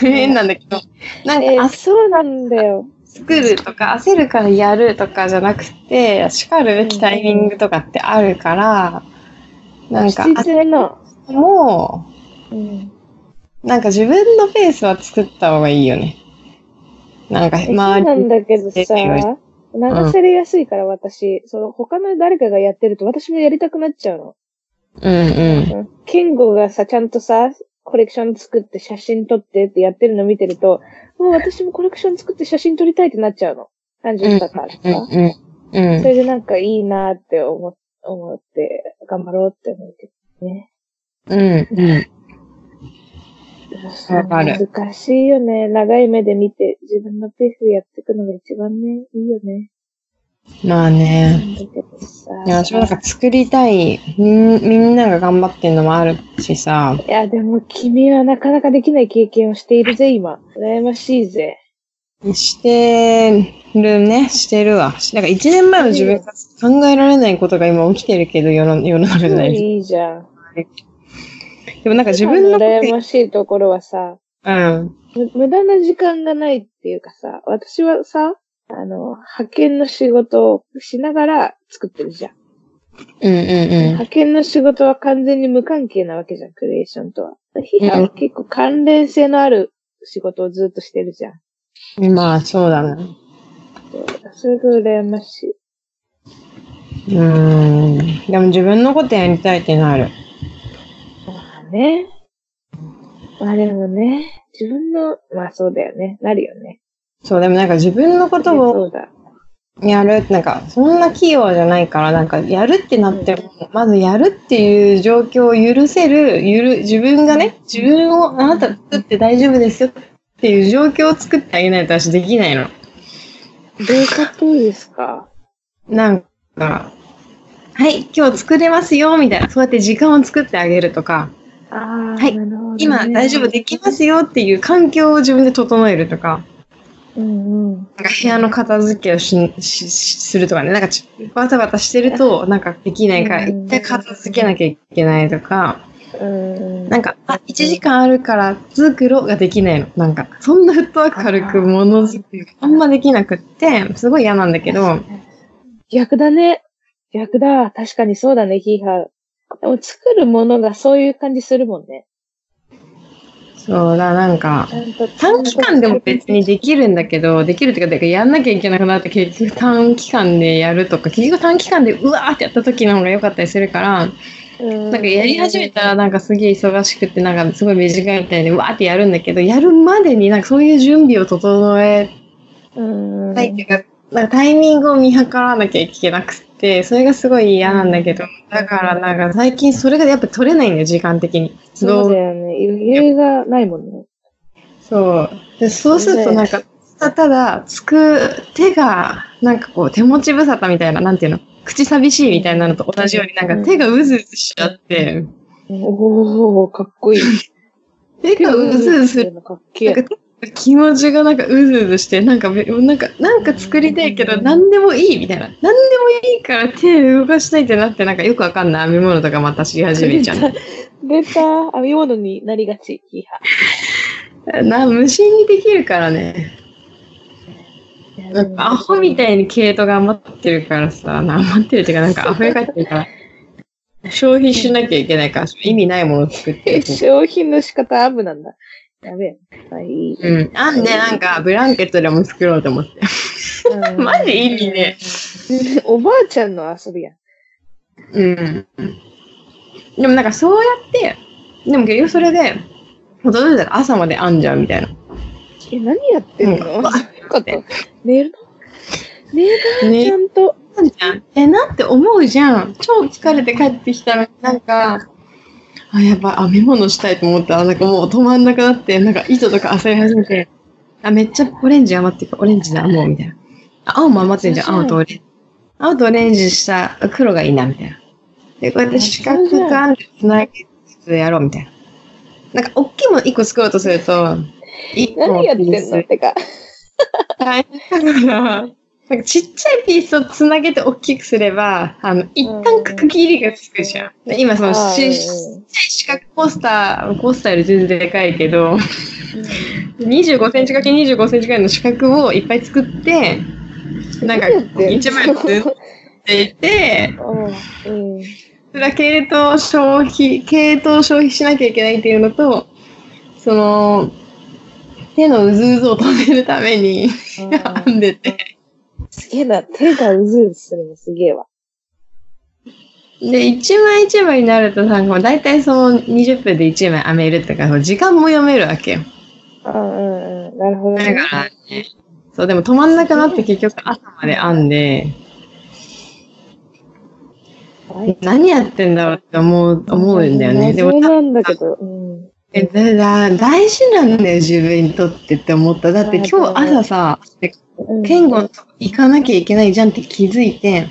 [SPEAKER 2] 変なんだけど。なんか
[SPEAKER 1] え、ー
[SPEAKER 2] 焦
[SPEAKER 1] そうなんだよ。
[SPEAKER 2] 作るとか、焦るからやるとかじゃなくて、叱るべきタイミングとかってあるから、なんか、
[SPEAKER 1] 必然な。
[SPEAKER 2] あも
[SPEAKER 1] うん。
[SPEAKER 2] う、なんか自分のペースは作った方がいいよね。なんか、
[SPEAKER 1] えそうな
[SPEAKER 2] 周り
[SPEAKER 1] んだけどさ
[SPEAKER 2] 周りに言。
[SPEAKER 1] 流されやすいから私、その他の誰かがやってると私もやりたくなっちゃうの。
[SPEAKER 2] うん
[SPEAKER 1] ケンゴがさ、ちゃんとさ、コレクション作って写真撮ってってやってるの見てると、もう私もコレクション作って写真撮りたいってなっちゃうの。31だからと
[SPEAKER 2] うん。う
[SPEAKER 1] か。
[SPEAKER 2] んうん。
[SPEAKER 1] それでなんかいいなって思っ思って、頑張ろうって思ってね。
[SPEAKER 2] うん。うん。わかる
[SPEAKER 1] 難しいよね。長い目で見て、自分のペースでやっていくのが一番ね、いいよね。
[SPEAKER 2] まあね。
[SPEAKER 1] だけどさ。
[SPEAKER 2] いや、私もなんか作りたい、みんみんなが頑張ってるのもあるしさ、
[SPEAKER 1] いや、でも君はなかなかできない経験をしているぜ、今。羨ましいぜ。
[SPEAKER 2] してるね、してるわ。しなんか一年前の自分が考えられないことが今起きてるけど、世の世の中じゃないで
[SPEAKER 1] いいじゃん。
[SPEAKER 2] す。でもなんか自分の
[SPEAKER 1] あ
[SPEAKER 2] こと
[SPEAKER 1] 羨ましいところはさ、
[SPEAKER 2] うん。
[SPEAKER 1] む無駄な時間がないっていうかさ、私はさ、あの、派遣の仕事をしながら作ってるじゃん。
[SPEAKER 2] うんうん
[SPEAKER 1] 派遣の仕事は完全に無関係なわけじゃん、クリエーションとは。ヒラは結構関連性のある仕事をずっとしてるじゃん。
[SPEAKER 2] うん。まあ、そうだね。
[SPEAKER 1] それが羨ましい。
[SPEAKER 2] うーん。でも自分のことやりたいってなる。
[SPEAKER 1] まあね。まあでもね、自分の、まあそうだよね。なるよね。
[SPEAKER 2] そう、でもなんか自分のことを
[SPEAKER 1] そうだ。
[SPEAKER 2] やる、なんか、そんな器用じゃないから、なんか、やるってなっても、まずやるっていう状況を許せる、ゆる、自分がね、自分を、あなた作って大丈夫ですよっっていう状況を作ってあげないと私できないの。
[SPEAKER 1] どういうことですか
[SPEAKER 2] なんか、はい、今日作れますよ、みたいな。そうやって時間を作ってあげるとか、
[SPEAKER 1] ああ、
[SPEAKER 2] はい
[SPEAKER 1] なるほどね
[SPEAKER 2] 今大丈夫できますよっていう環境を自分で整えるとか、
[SPEAKER 1] うんうん。
[SPEAKER 2] なんか部屋の片付けをしししするとかね、なんかちバタバタしてると、なんかできないから、
[SPEAKER 1] うん
[SPEAKER 2] 一回片付けなきゃいけないとか、
[SPEAKER 1] うん
[SPEAKER 2] なんか、あ、1時間あるから作ろうができないの。なんか、そんなフットワーク軽くものづくり、あんまできなくって、すごい嫌なんだけど、
[SPEAKER 1] 逆だね。逆だ。確かにそうだね、ヒーハー。でも作るものがそういう感じするもんね。
[SPEAKER 2] そうだ、なんか、
[SPEAKER 1] ちゃんと
[SPEAKER 2] 短期間でも別にできるんだけど、できるっていうか、だからやんなきゃいけなくなって、結局短期間でやるとか、結局短期間でうわーってやった時の方が良かったりするから、
[SPEAKER 1] うん
[SPEAKER 2] なんかやり始めたらなんかすげえ忙しくてなんかすごい短いみたいでわーってやるんだけどやるまでになんかそういう準備を整え
[SPEAKER 1] うん。
[SPEAKER 2] たいっていうかなんかタイミングを見計らわなきゃいけなくてそれがすごい嫌なんだけどだからなんか最近それがやっぱ取れないんだよ時間的に
[SPEAKER 1] そうだよね。余裕がないもんね。
[SPEAKER 2] そうでそうするとなんかたただつく手がなんかこう手持ち無沙汰みたいななんていうの口寂しいみたいなのと同じようになんか手がうずうずしちゃって
[SPEAKER 1] おおかっこいい。
[SPEAKER 2] 手がうずうずする
[SPEAKER 1] のかっけえ
[SPEAKER 2] なんか気持ちがなんかうずうずしてなんかべなんかなんか作りたいけど
[SPEAKER 1] うん
[SPEAKER 2] 何でもいいみたいな何でもいいから手動かしたいってなってなんかよくわかんない編み物とかまたし始めちゃ う
[SPEAKER 1] 出た。編み物になりがち、ヒーハ
[SPEAKER 2] な無心にできるからね
[SPEAKER 1] ー。
[SPEAKER 2] なんかアホみたいに毛糸が余ってるからさな余ってるっていうかなんか溢れかってるから消費しなきゃいけないから意味ないものを作っていく
[SPEAKER 1] 商品の仕方アブなんだ。やべえ。はい。
[SPEAKER 2] うん、あんね、なんかブランケットでも作ろうと思って。
[SPEAKER 1] うん
[SPEAKER 2] マジ意味ね。
[SPEAKER 1] おばあちゃんの遊びやん。
[SPEAKER 2] うん。でもなんかそうやって、でも結局それで、もう例えば朝まで編んじゃうみたいな。
[SPEAKER 1] え、何やってんの、
[SPEAKER 2] うん
[SPEAKER 1] そういうこと。寝るの寝るの、
[SPEAKER 2] ね
[SPEAKER 1] ちゃんと。
[SPEAKER 2] なんじゃん。え、なって思うじゃん。超疲れて帰ってきたら、なんか、あ、やっぱ編み物したいと思ったら、なんかもう止まんなくなって、なんか糸とか漁り始めて、あ、めっちゃオレンジ余ってるから、オレンジで編もうみたいな。あ、青も余ってんじゃん、青とオレンジ。青とオレンジした黒がいいな、みたいな。で、こうやって四角く編んで繋げつつやろう、みたいな。なんか、大きいもの一個作ろうとすると、一個
[SPEAKER 1] 何やってんのってか。
[SPEAKER 2] 大変だから、なんかちっちゃいピースをつなげて大きくすれば、あの、一旦区切りがつくじゃん。で今その
[SPEAKER 1] あ
[SPEAKER 2] し、ちっ
[SPEAKER 1] ー
[SPEAKER 2] ちゃい四角ポスター、ポスターより全然でかいけど、25センチ ×25 センチぐらいの四角をいっぱい作って、なんか
[SPEAKER 1] 何やってんの
[SPEAKER 2] 一枚ずつっていて、
[SPEAKER 1] うんうん
[SPEAKER 2] それは系統消費、系統消費しなきゃいけないっていうのと、その、手のうずうずを止めるために編んでて、
[SPEAKER 1] すげえな。手がうずうずするのすげえわ。
[SPEAKER 2] で、一枚一枚になるとさ、こう大体その20分で一枚編めるってか、こう時間も読めるわけよ。
[SPEAKER 1] うんうんうん。なるほど
[SPEAKER 2] だか
[SPEAKER 1] ね。
[SPEAKER 2] らね、そう、でも止まんなくなって結局朝まで編んで、
[SPEAKER 1] はい
[SPEAKER 2] 何やってんだろうって思う、思うんだよね。で
[SPEAKER 1] そう
[SPEAKER 2] も、
[SPEAKER 1] なんだけど。うん。
[SPEAKER 2] えだだ大事なんだよ、自分にとってって思った。だって今日朝さ、
[SPEAKER 1] うん
[SPEAKER 2] 健吾のとこ行かなきゃいけないじゃんって気づいて、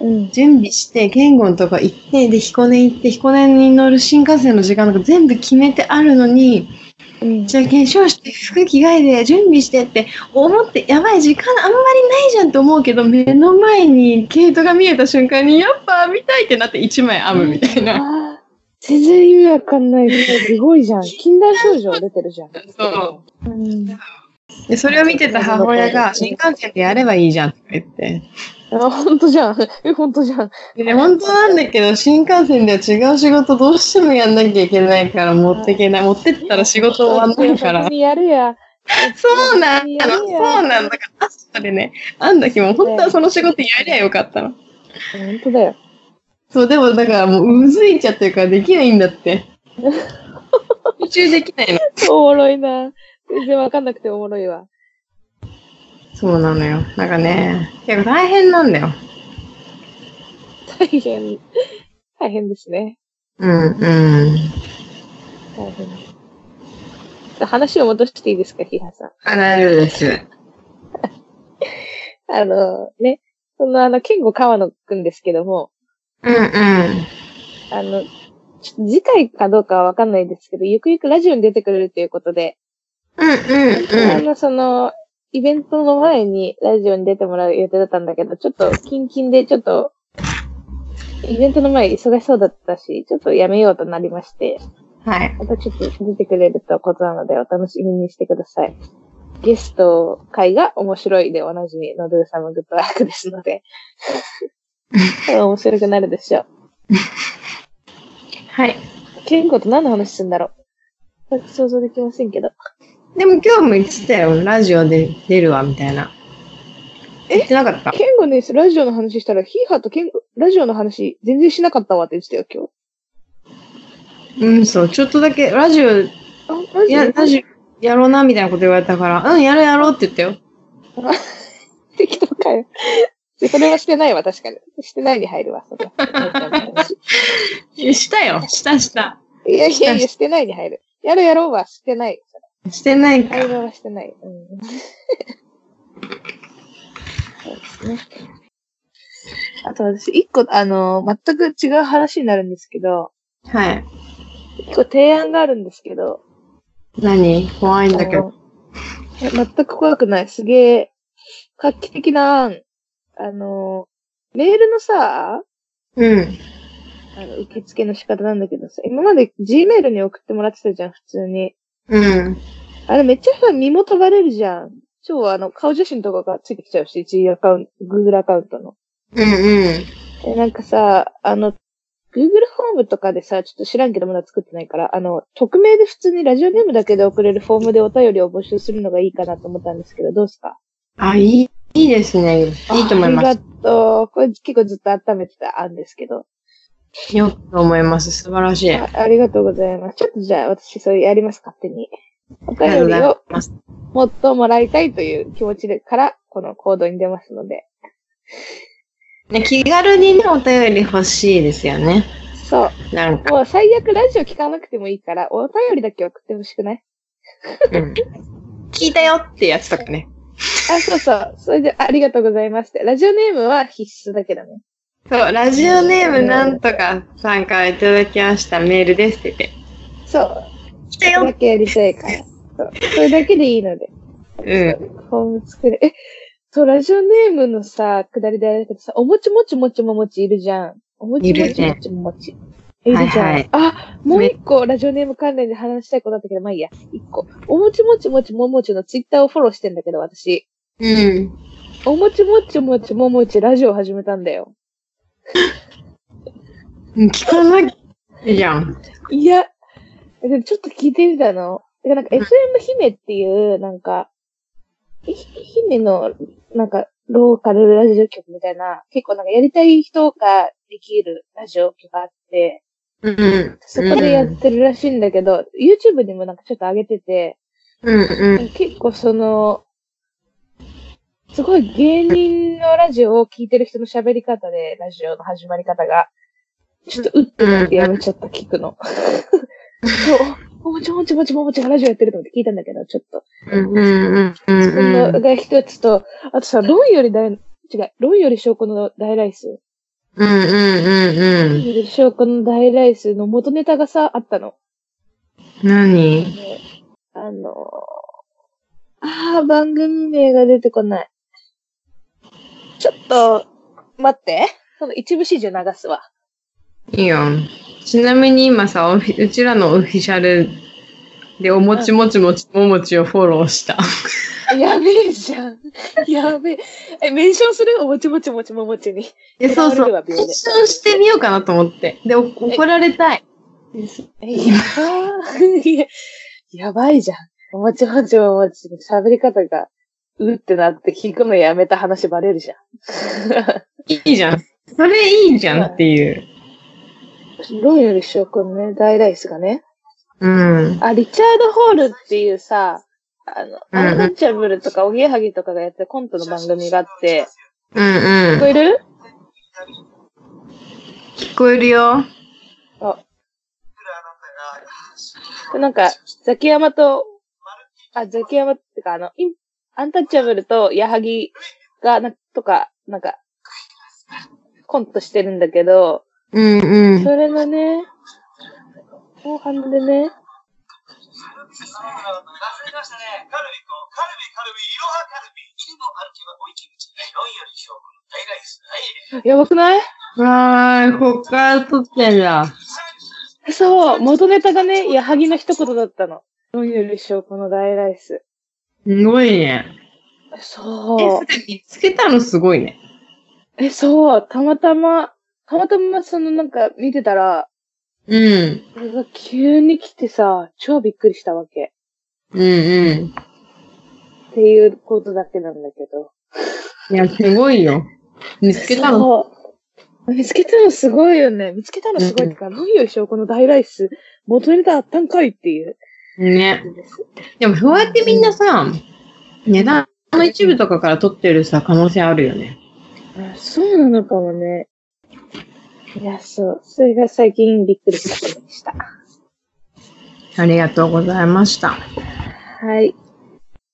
[SPEAKER 1] うん。
[SPEAKER 2] 準備して、健吾のとこ行って、で、彦根行って、彦根に乗る新幹線の時間なんか全部決めてあるのに、
[SPEAKER 1] うん
[SPEAKER 2] じゃあ化粧して服着替えて準備してって思ってやばい時間あんまりないじゃんと思うけど目の前に毛糸が見えた瞬間にやっぱ見たいってなって1枚編むみたいな、
[SPEAKER 1] あー全然意味わかんない。すご いじゃん。禁断症状出てるじゃん。
[SPEAKER 2] そ
[SPEAKER 1] う
[SPEAKER 2] う
[SPEAKER 1] ん。
[SPEAKER 2] でそれを見てた母親が新幹線でやればいいじゃんとか言って
[SPEAKER 1] あ、本当じゃん。 え、本当じゃん。
[SPEAKER 2] で本当なんだけど新幹線では違う仕事どうしてもやんなきゃいけないから持っていけない持ってったら仕事終わんないから
[SPEAKER 1] 別にやるや。
[SPEAKER 2] そうなのそうなのだから朝でね編んだ日も本当はその仕事やりゃよかったの
[SPEAKER 1] 本当だよ。
[SPEAKER 2] そう、でもだからもううずいちゃってるからできないんだって。集中できないの。
[SPEAKER 1] おもろいな。全然わかんなくておもろいわ。
[SPEAKER 2] そうなのよ。なんかね、結構大変なんだよ。
[SPEAKER 1] 大変。大変ですね。
[SPEAKER 2] うん、うん。
[SPEAKER 1] 大変。話を戻していいですか、ヒハさん。
[SPEAKER 2] あ、大丈夫です。
[SPEAKER 1] あの、ね、そのあの、ケンゴ川野くんですけども、
[SPEAKER 2] うんうん。
[SPEAKER 1] あの、ちょっと次回かどうかはわかんないですけど、ゆくゆくラジオに出てくれるということで、
[SPEAKER 2] うんうん
[SPEAKER 1] あ
[SPEAKER 2] うん。
[SPEAKER 1] の、その、イベントの前にラジオに出てもらう予定だったんだけど、ちょっと、キンキンで、ちょっと、イベントの前忙しそうだったし、ちょっとやめようとなりまして、
[SPEAKER 2] はい。
[SPEAKER 1] またちょっと出てくれるということなので、お楽しみにしてください。ゲスト会が面白いでおなじみのドゥーサムグッドワークですの で、多分面白くなるでしょう。
[SPEAKER 2] はい。
[SPEAKER 1] ケンゴと何の話するんだろう。全く想像できませんけど。
[SPEAKER 2] でも今日も言ってたよ。ラジオで出るわ、みたいな。え言ってなかった
[SPEAKER 1] ケンゴね、ラジオの話したら、ヒーハーとケンゴ、ラジオの話全然しなかったわって言ってたよ、今日。
[SPEAKER 2] うん、そう。ちょっとだけ、ラジオ、い
[SPEAKER 1] あ、マジ
[SPEAKER 2] や、ラジオやろうな、みたいなこと言われたから、うん、やろうやろうって言ったよ。
[SPEAKER 1] 適当かよ。それはしてないわ、確かに。してないに入るわ、そ れは。
[SPEAKER 2] いやしたよ。したした。
[SPEAKER 1] いやいやいや、してないに入る。やろうやろうはしてない。
[SPEAKER 2] してないか
[SPEAKER 1] 会
[SPEAKER 2] ら。
[SPEAKER 1] 話はしてない。うん。 そうですね。あと私、一個、あの、全く違う話になるんですけど、
[SPEAKER 2] はい。
[SPEAKER 1] 一個提案があるんですけど、
[SPEAKER 2] 何怖いんだけど。
[SPEAKER 1] あの。え全く怖くない。すげえ、画期的な案。あの、メールのさ、
[SPEAKER 2] うん。
[SPEAKER 1] あの受付の仕方なんだけどさ、今まで Gmail に送ってもらってたじゃん、普通に。
[SPEAKER 2] うん。
[SPEAKER 1] あれめっちゃさ、身も飛ばれるじゃん。超あの、顔写真とかがついてきちゃうし、G アカウント、Google アカウントの。
[SPEAKER 2] うんうん。
[SPEAKER 1] え、なんかさ、あの、Google フォームとかでさ、ちょっと知らんけどまだ作ってないから、あの、匿名で普通にラジオネームだけで送れるフォームでお便りを募集するのがいいかなと思ったんですけど、どうですか
[SPEAKER 2] あ、いい、いいですね。いいと思いま
[SPEAKER 1] ああ
[SPEAKER 2] す
[SPEAKER 1] り。がとう。これ結構ずっと温めてた案ですけど。
[SPEAKER 2] よく思います。素晴らしい。
[SPEAKER 1] あありがとうございます。ちょっとじゃあ私それやります、勝手に。お
[SPEAKER 2] ありがと
[SPEAKER 1] 便
[SPEAKER 2] うござ
[SPEAKER 1] り
[SPEAKER 2] い
[SPEAKER 1] を
[SPEAKER 2] ます。
[SPEAKER 1] もっともらいたいという気持ちでから、この行動に出ますので。
[SPEAKER 2] ね、気軽にね、お便り欲しいですよね。
[SPEAKER 1] そ
[SPEAKER 2] なん
[SPEAKER 1] う。
[SPEAKER 2] か。
[SPEAKER 1] もう最悪ラジオ聞かなくてもいいから、お便りだけ送ってほしくない
[SPEAKER 2] うん、聞いたよってやつとかね。
[SPEAKER 1] あ、そうそう。それで、ありがとうございますって。ラジオネームは必須だけどね。
[SPEAKER 2] そう、ラジオネームなんとかさんからいただきましたメールですって言って。
[SPEAKER 1] そう。
[SPEAKER 2] 来
[SPEAKER 1] そ
[SPEAKER 2] た
[SPEAKER 1] れだ
[SPEAKER 2] よ
[SPEAKER 1] けやりたいから。そう。それだけでいいので。
[SPEAKER 2] うん。
[SPEAKER 1] フォーム作る。え、そう、ラジオネームのさ、くだりであれだけどさ、おもちもちもちももちいるじゃん。おもちもちもちもち。い
[SPEAKER 2] るね
[SPEAKER 1] るじゃん。
[SPEAKER 2] はいはい
[SPEAKER 1] あ、もう一個、ラジオネーム関連で話したいことあったけど、まあいいや。一個。おもちもちもちももちのツイッターをフォローしてんだけど、私。
[SPEAKER 2] うん。
[SPEAKER 1] おもちもちもちももちラジオ始めたんだよ。
[SPEAKER 2] うん聞かなきゃじゃん。
[SPEAKER 1] いや、でもちょっと聞いてみたの。てかなんか FM 姫っていう、なんか、ひ姫の、なんか、ローカルラジオ局みたいな、結構なんかやりたい人ができるラジオ局があって、
[SPEAKER 2] うん。
[SPEAKER 1] そこでやってるらしいんだけど、YouTube にもなんかちょっと上げてて、
[SPEAKER 2] うんうん。
[SPEAKER 1] 結構その、すごい芸人のラジオを聞いてる人の喋り方で、ラジオの始まり方が、ちょっとうっ
[SPEAKER 2] うん
[SPEAKER 1] でやめちゃった、聞くの。そう、もちもちもちもちがラジオやってると思って聞いたんだけど、ちょっと。
[SPEAKER 2] うんうんう
[SPEAKER 1] そんなんが一つと、あとさ、論より大、違う、論より証拠の大ライス。
[SPEAKER 2] うんうんう
[SPEAKER 1] 論
[SPEAKER 2] ん。
[SPEAKER 1] より証拠の大ライスの元ネタがさ、あったの。
[SPEAKER 2] 何
[SPEAKER 1] ねあのー、あー、番組名が出てこない。ちょっと、待って。その一部始終流すわ。
[SPEAKER 2] いいよ。ちなみに今さ、オフィうちらのオフィシャルでおもちもちもちももちをフォローした。
[SPEAKER 1] やべえじゃん。やべえ。え、メンションするおもちもちもちももちに。
[SPEAKER 2] え、そうそ
[SPEAKER 1] 倒れ
[SPEAKER 2] う。
[SPEAKER 1] るわ秒で
[SPEAKER 2] メンションしてみようかなと思って。で、お怒られたい。
[SPEAKER 1] いやーいや、やばいじゃん。おもちもちももち、喋り方が、うってなって聞くのやめた話バレるじゃ
[SPEAKER 2] いいじゃん。それいいじゃんっていう。
[SPEAKER 1] ん。ロンより証拠のね、大ライスがね。
[SPEAKER 2] うん。
[SPEAKER 1] あ、リチャード・ホールっていうさ、あの、アンタッチャブルとか、おぎやはぎとかがやってるコントの番組があって、
[SPEAKER 2] うん
[SPEAKER 1] 聞
[SPEAKER 2] う
[SPEAKER 1] こ
[SPEAKER 2] ん。
[SPEAKER 1] える
[SPEAKER 2] 聞こえるよ。
[SPEAKER 1] なんか、ザキヤマとあ、ザキヤマってか、あの、インアンタッチャブルと矢作が、なとか、なんか、コントしてるんだけど、
[SPEAKER 2] うんうん。
[SPEAKER 1] それのね、後半でね、やばくない
[SPEAKER 2] わーい、こっから撮ってんじゃん。
[SPEAKER 1] そう、元ネタがね、矢作の一言だったの。どういうでしょう、この大ライス。
[SPEAKER 2] すごいね。
[SPEAKER 1] そう。
[SPEAKER 2] れ見つけたのすごいね。
[SPEAKER 1] え、そう、たまたま、たまたまそのなんか見てたら、
[SPEAKER 2] うん。
[SPEAKER 1] これが急に来てさ、超びっくりしたわけ。
[SPEAKER 2] うんう
[SPEAKER 1] っていうことだけなんだけど。
[SPEAKER 2] ん。いや、すごいよ。見つけたの。
[SPEAKER 1] そう見つけたのすごいよね。見つけたのすごいってか、何よりしょ、この大ライス、元ネタあったんかいっていう。
[SPEAKER 2] ね。でも、そうやってみんなさ、値段の一部とかから取ってるさ、可能性あるよね。
[SPEAKER 1] あそうなのかもね。いや、そう。それが最近びっくりしたことでした。
[SPEAKER 2] ありがとうございました。
[SPEAKER 1] はい。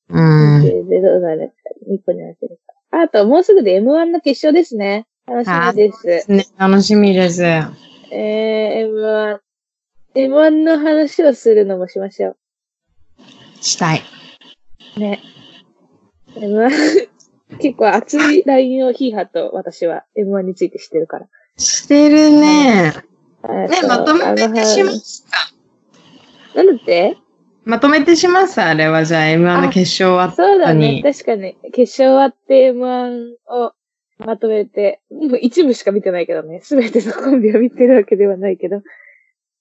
[SPEAKER 2] う
[SPEAKER 1] と
[SPEAKER 2] ん。
[SPEAKER 1] いうことで、どうなるか、2個に分けるか。あと、もうすぐで M1 の決勝ですね。楽しみです。
[SPEAKER 2] ね、楽しみです。
[SPEAKER 1] えー、M1。M1 の話をするのもしましょ
[SPEAKER 2] したい。
[SPEAKER 1] う。ね。M1、結構熱い LINE をヒーハーと私は M1 について知ってるから。
[SPEAKER 2] してるね。
[SPEAKER 1] ね
[SPEAKER 2] ね、まとめてしま
[SPEAKER 1] なん
[SPEAKER 2] す
[SPEAKER 1] だ
[SPEAKER 2] か。
[SPEAKER 1] って
[SPEAKER 2] まとめてします、あれは。じゃあ、M1 の決勝終わった
[SPEAKER 1] そうだ
[SPEAKER 2] 後
[SPEAKER 1] ね。
[SPEAKER 2] に。
[SPEAKER 1] 確かに。決勝終わって M1 をまとめて、もう一部しか見てないけどね。すべてのコンビを見てるわけではないけど。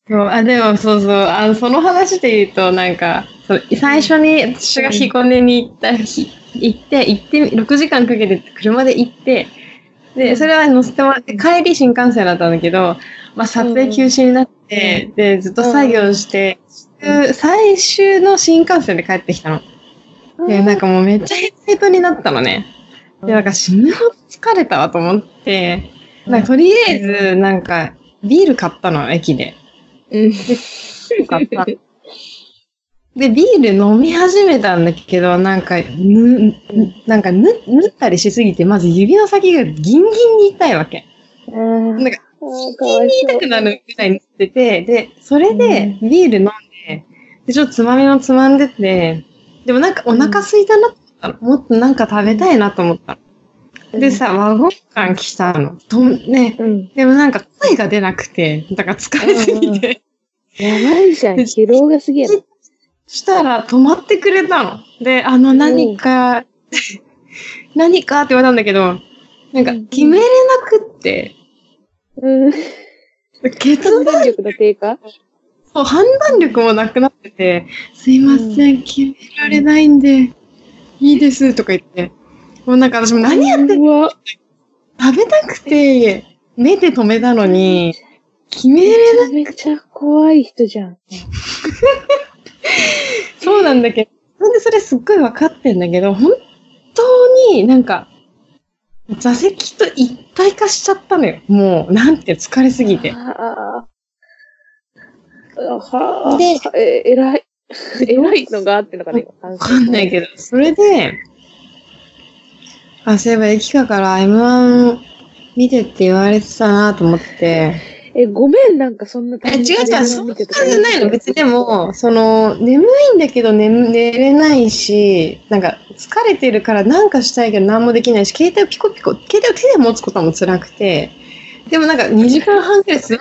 [SPEAKER 2] そうあでもそうそうあのその話で言うとなんかそう最初に私が彦根に行った日行って行って6時間かけて車で行って
[SPEAKER 1] う
[SPEAKER 2] で
[SPEAKER 1] ん
[SPEAKER 2] それは乗せてもらって帰り新幹線だったんだけど、まあ、撮影休止になって、でずっと作業して、最終の新幹線で帰ってきたの。でなんかもうめっちゃヘトヘトになったのね。でなんか死ぬほど疲れたわと思ってなんかとりあえずなんかビール買ったの駅で。
[SPEAKER 1] うん。
[SPEAKER 2] よかったで、ビール飲み始めたんだけど、なんか、ぬ、なんかぬ、ぬったりしすぎて、まず指の先がギンギンに痛いわけ。
[SPEAKER 1] うん。
[SPEAKER 2] なんか、
[SPEAKER 1] あ
[SPEAKER 2] ギン
[SPEAKER 1] ーか
[SPEAKER 2] ギ
[SPEAKER 1] わ
[SPEAKER 2] ン
[SPEAKER 1] い
[SPEAKER 2] に
[SPEAKER 1] そう
[SPEAKER 2] 痛くなるぐらいになってて、で、それでビール飲んで、で、ちょっとつまみもつまんでて、でもなんかお腹空いたなと思ったの。もっとなんか食べたいなと思ったの。でさ、ワゴン感来たの。とん、ね、
[SPEAKER 1] うん。
[SPEAKER 2] でもなんか声が出なくて、だから疲れすぎて。
[SPEAKER 1] やばいじゃん。
[SPEAKER 2] で
[SPEAKER 1] 疲労がすげえな。
[SPEAKER 2] したら止まってくれたの。で、あの、何か、 何かって言われたんだけど、なんか
[SPEAKER 1] うん
[SPEAKER 2] 決めれなくって、
[SPEAKER 1] うん。
[SPEAKER 2] 決
[SPEAKER 1] 判
[SPEAKER 2] 断
[SPEAKER 1] 断力の低下
[SPEAKER 2] そう判断力もなくなってて、すいません、決められないんで、いいですとか言って、もうなんか私も何やってんの
[SPEAKER 1] うわ
[SPEAKER 2] 食べたくて、目で止めたのに、決めれない。
[SPEAKER 1] めちゃめちゃ怖い人じゃん。
[SPEAKER 2] そうなんだけど、なんでそれすっごい分かってんだけど、本当になんか、座席と一体化しちゃったのよ。もう、なんて疲れすぎて。
[SPEAKER 1] ああ。あはあ。
[SPEAKER 2] で
[SPEAKER 1] え、えらい。えらいのがあってのかね、今。わ
[SPEAKER 2] わかんないけど、それで、あ、そういえば、駅かから M1 見てって言われてたなと思って。
[SPEAKER 1] え、ごめん、なんかそんな
[SPEAKER 2] え、違う違う、そんな
[SPEAKER 1] 見
[SPEAKER 2] 感
[SPEAKER 1] て
[SPEAKER 2] じ
[SPEAKER 1] た
[SPEAKER 2] じゃないの。別にで。も、その、眠いんだけど眠寝れないし、なんか疲れてるからなんかしたいけど何もできないし、携帯をピコピコ、携帯を手で持つことも辛くて、でもなんか2時間半くらい座っ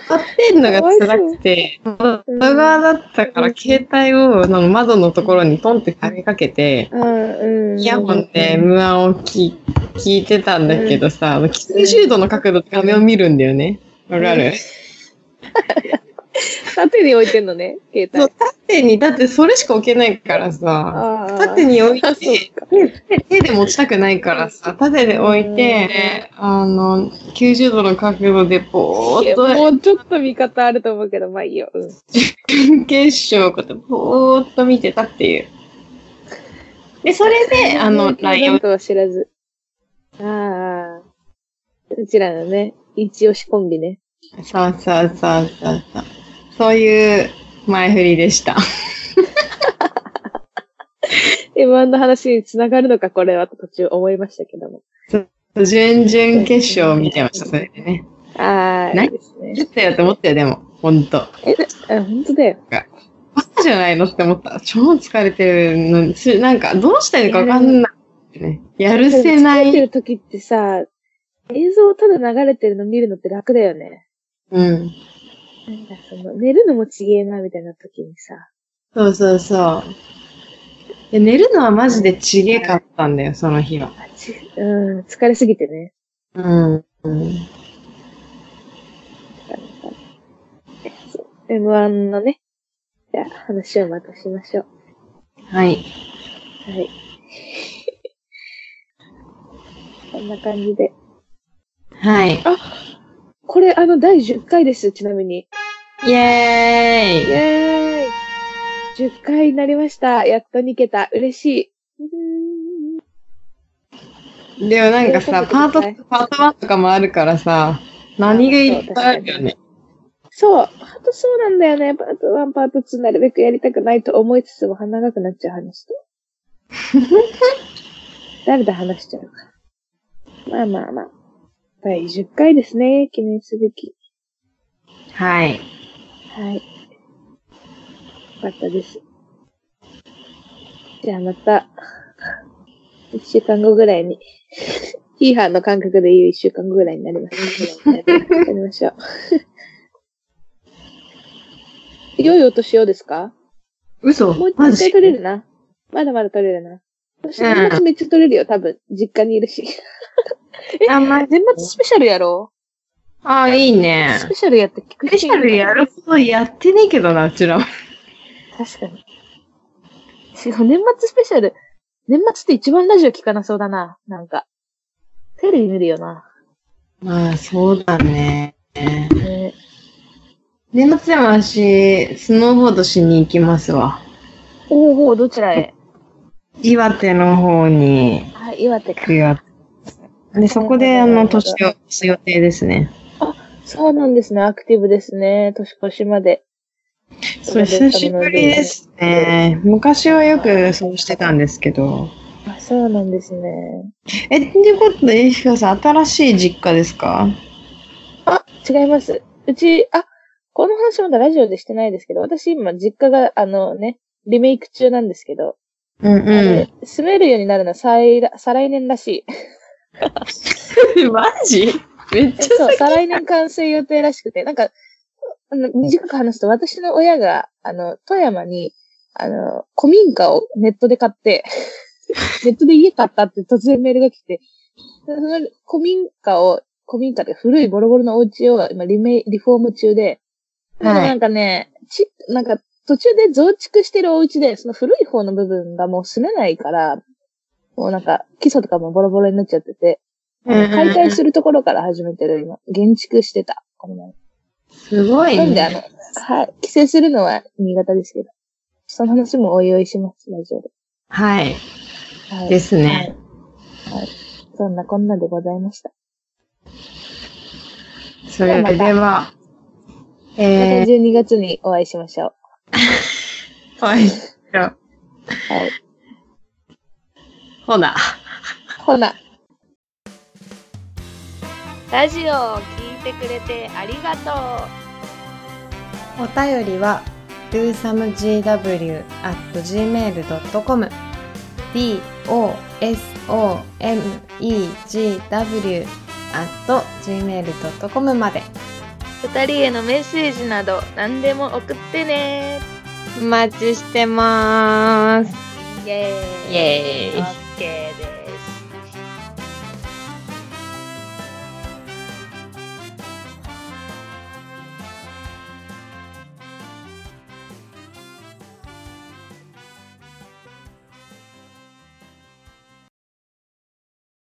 [SPEAKER 2] てんのが辛くて、外側だったから携帯をその窓のところにポンって投げかけて、
[SPEAKER 1] うん、うん。
[SPEAKER 2] イヤホンで M1 を聞聞いてたんだけどさ、あの90度の角度で画面を見るんだよね。わかる
[SPEAKER 1] 縦に置いてんのね、携
[SPEAKER 2] そう
[SPEAKER 1] 帯。
[SPEAKER 2] 縦に、だってそれしか置けないからさ。
[SPEAKER 1] ああ。
[SPEAKER 2] 縦に置い
[SPEAKER 1] あそう
[SPEAKER 2] て、手手で持ちたくないからさ、縦で置いて、あの、90度の角度でぼ
[SPEAKER 1] い
[SPEAKER 2] ー
[SPEAKER 1] や
[SPEAKER 2] っと
[SPEAKER 1] もうちょっと見方あると思うけど、まあいいよ。うん。
[SPEAKER 2] 準決勝ことぼーっと見てたっていう。で、それで、あの、LINE を
[SPEAKER 1] とは知らず。ああ。うちらのね、一押しコンビね。
[SPEAKER 2] そうそうそうそうそう。そういう前振りでした。
[SPEAKER 1] M1 の話に繋がるのか、これはと途中思いましたけども。
[SPEAKER 2] 準々決勝を見てました、それでね。
[SPEAKER 1] あー、
[SPEAKER 2] ないい
[SPEAKER 1] いですね。
[SPEAKER 2] 勝ったよって思ったよ、でも。ほんと。
[SPEAKER 1] え、あ本当だよ。
[SPEAKER 2] バカじゃないのって思った。超疲れてるのに、すなんか、どうしたらいいのかわかんない、ね。やるせな
[SPEAKER 1] 疲れて
[SPEAKER 2] い。
[SPEAKER 1] る時ってさ、映像をただ流れてるの見るのって楽だよね。
[SPEAKER 2] うん。
[SPEAKER 1] なんかその、寝るのもちげえな、みたいな時にさ。
[SPEAKER 2] そうそうそう。で寝るのはマジでちげかったんだよ、その日は。
[SPEAKER 1] あちうん、疲れすぎてね。
[SPEAKER 2] うん。うん、
[SPEAKER 1] M1 のね。じゃあ、話をまたしましょう。
[SPEAKER 2] はい。
[SPEAKER 1] はい。 こんな感じで。
[SPEAKER 2] はい。
[SPEAKER 1] これ、あの、第10回です、ちなみに。
[SPEAKER 2] イエ
[SPEAKER 1] イ
[SPEAKER 2] ーイ
[SPEAKER 1] ェーイ !10 回になりました。やっと2桁。嬉しい。う
[SPEAKER 2] でもなんかさ、
[SPEAKER 1] とい
[SPEAKER 2] パ
[SPEAKER 1] うこ
[SPEAKER 2] ー
[SPEAKER 1] と
[SPEAKER 2] ト
[SPEAKER 1] で、
[SPEAKER 2] パート1とかもあるからさ、何がいっぱいあるよ
[SPEAKER 1] ー
[SPEAKER 2] ね。
[SPEAKER 1] んそう。パートそうなんだよね。パート1、パート2なるべくやりたくないと思いつつも、長くなっちゃう話と。誰だ話しちゃうか。まあまあまあ。第10回ですね。記念すべき。
[SPEAKER 2] はい。
[SPEAKER 1] はい。よかったです。じゃあまた、一週間後ぐらいに、ヒーハーの感覚で言う一週間後ぐらいになります。やりま しょう。良いお年をですか
[SPEAKER 2] 嘘
[SPEAKER 1] もう一
[SPEAKER 2] マ
[SPEAKER 1] 回
[SPEAKER 2] ジ
[SPEAKER 1] 取れるな。まだまだ取れるな。私、
[SPEAKER 2] うん
[SPEAKER 1] 年末めっちゃ取れるよ、多分。実家にいるし。
[SPEAKER 2] あ、ま
[SPEAKER 1] 年末スペシャルやろ
[SPEAKER 2] あ、いいうね
[SPEAKER 1] ス。ペシャルやって聞く
[SPEAKER 2] スペシャルやるほどやってねえけどな、うちらは。
[SPEAKER 1] 確かに。しかも年末スペシャル、年末って一番ラジオ聞かなそうだな、なんか。テレビ見るよな。
[SPEAKER 2] まあ、そうだね。
[SPEAKER 1] ね、
[SPEAKER 2] 年末でも私、スノーボードしに行きますわ。
[SPEAKER 1] おうおう、どちらへ
[SPEAKER 2] 岩手の方に
[SPEAKER 1] あ、岩手
[SPEAKER 2] 行
[SPEAKER 1] か。
[SPEAKER 2] くよ。で、そこで、あの、年を越す予定ですね。
[SPEAKER 1] そうなんですね、アクティブですね、年越しまで。
[SPEAKER 2] そう、久しぶりですね。昔はよくそうしてたんですけど。
[SPEAKER 1] あ、そうなんですね。
[SPEAKER 2] え、っていうことで、石川さん、新しい実家ですか
[SPEAKER 1] あ、違います。うち、あ、この話まだラジオでしてないですけど、私今実家が、あのね、リメイク中なんですけど、
[SPEAKER 2] うん
[SPEAKER 1] あれ住めるようになるのは再来再来年らしい。
[SPEAKER 2] ん。 マジめっちゃ
[SPEAKER 1] そう、再来年完成予定らしくて、なんか、あの短く話すと、私の親が、あの、富山に、あの、古民家をネットで買って、 ネットで家買ったって突然メールが来て、その古民家を、古民家で古いボロボロのお家を今リメイ、リフォーム中で、
[SPEAKER 2] はい
[SPEAKER 1] なんかね、ち、なんか途中で増築してるお家で、その古い方の部分がもう住めないから、もうなんか基礎とかもボロボロになっちゃってて、解体するところから始めてる、今。減築してた。この前
[SPEAKER 2] すごい
[SPEAKER 1] なんで、あ
[SPEAKER 2] ね。
[SPEAKER 1] の、はい。帰省するのは新潟ですけど。その話もおいおいします、ラジオで。
[SPEAKER 2] はい。
[SPEAKER 1] はい。
[SPEAKER 2] ですね。
[SPEAKER 1] はい。はい。そんなこんなでございました。
[SPEAKER 2] それで
[SPEAKER 1] ま
[SPEAKER 2] は、
[SPEAKER 1] た
[SPEAKER 2] えー、
[SPEAKER 1] 12月にお会いしましょう。
[SPEAKER 2] はい。
[SPEAKER 1] はい。
[SPEAKER 2] ほな。
[SPEAKER 1] ほな。
[SPEAKER 4] ラジオを聞いてくれてありがとう
[SPEAKER 5] お便りは dosamgw.gmail.com dosomegw.gmail.com まで
[SPEAKER 4] 2人へのメッセージなど何でも送ってね
[SPEAKER 5] お待ちしてます
[SPEAKER 4] イエーイ
[SPEAKER 5] イエーイ
[SPEAKER 4] オッ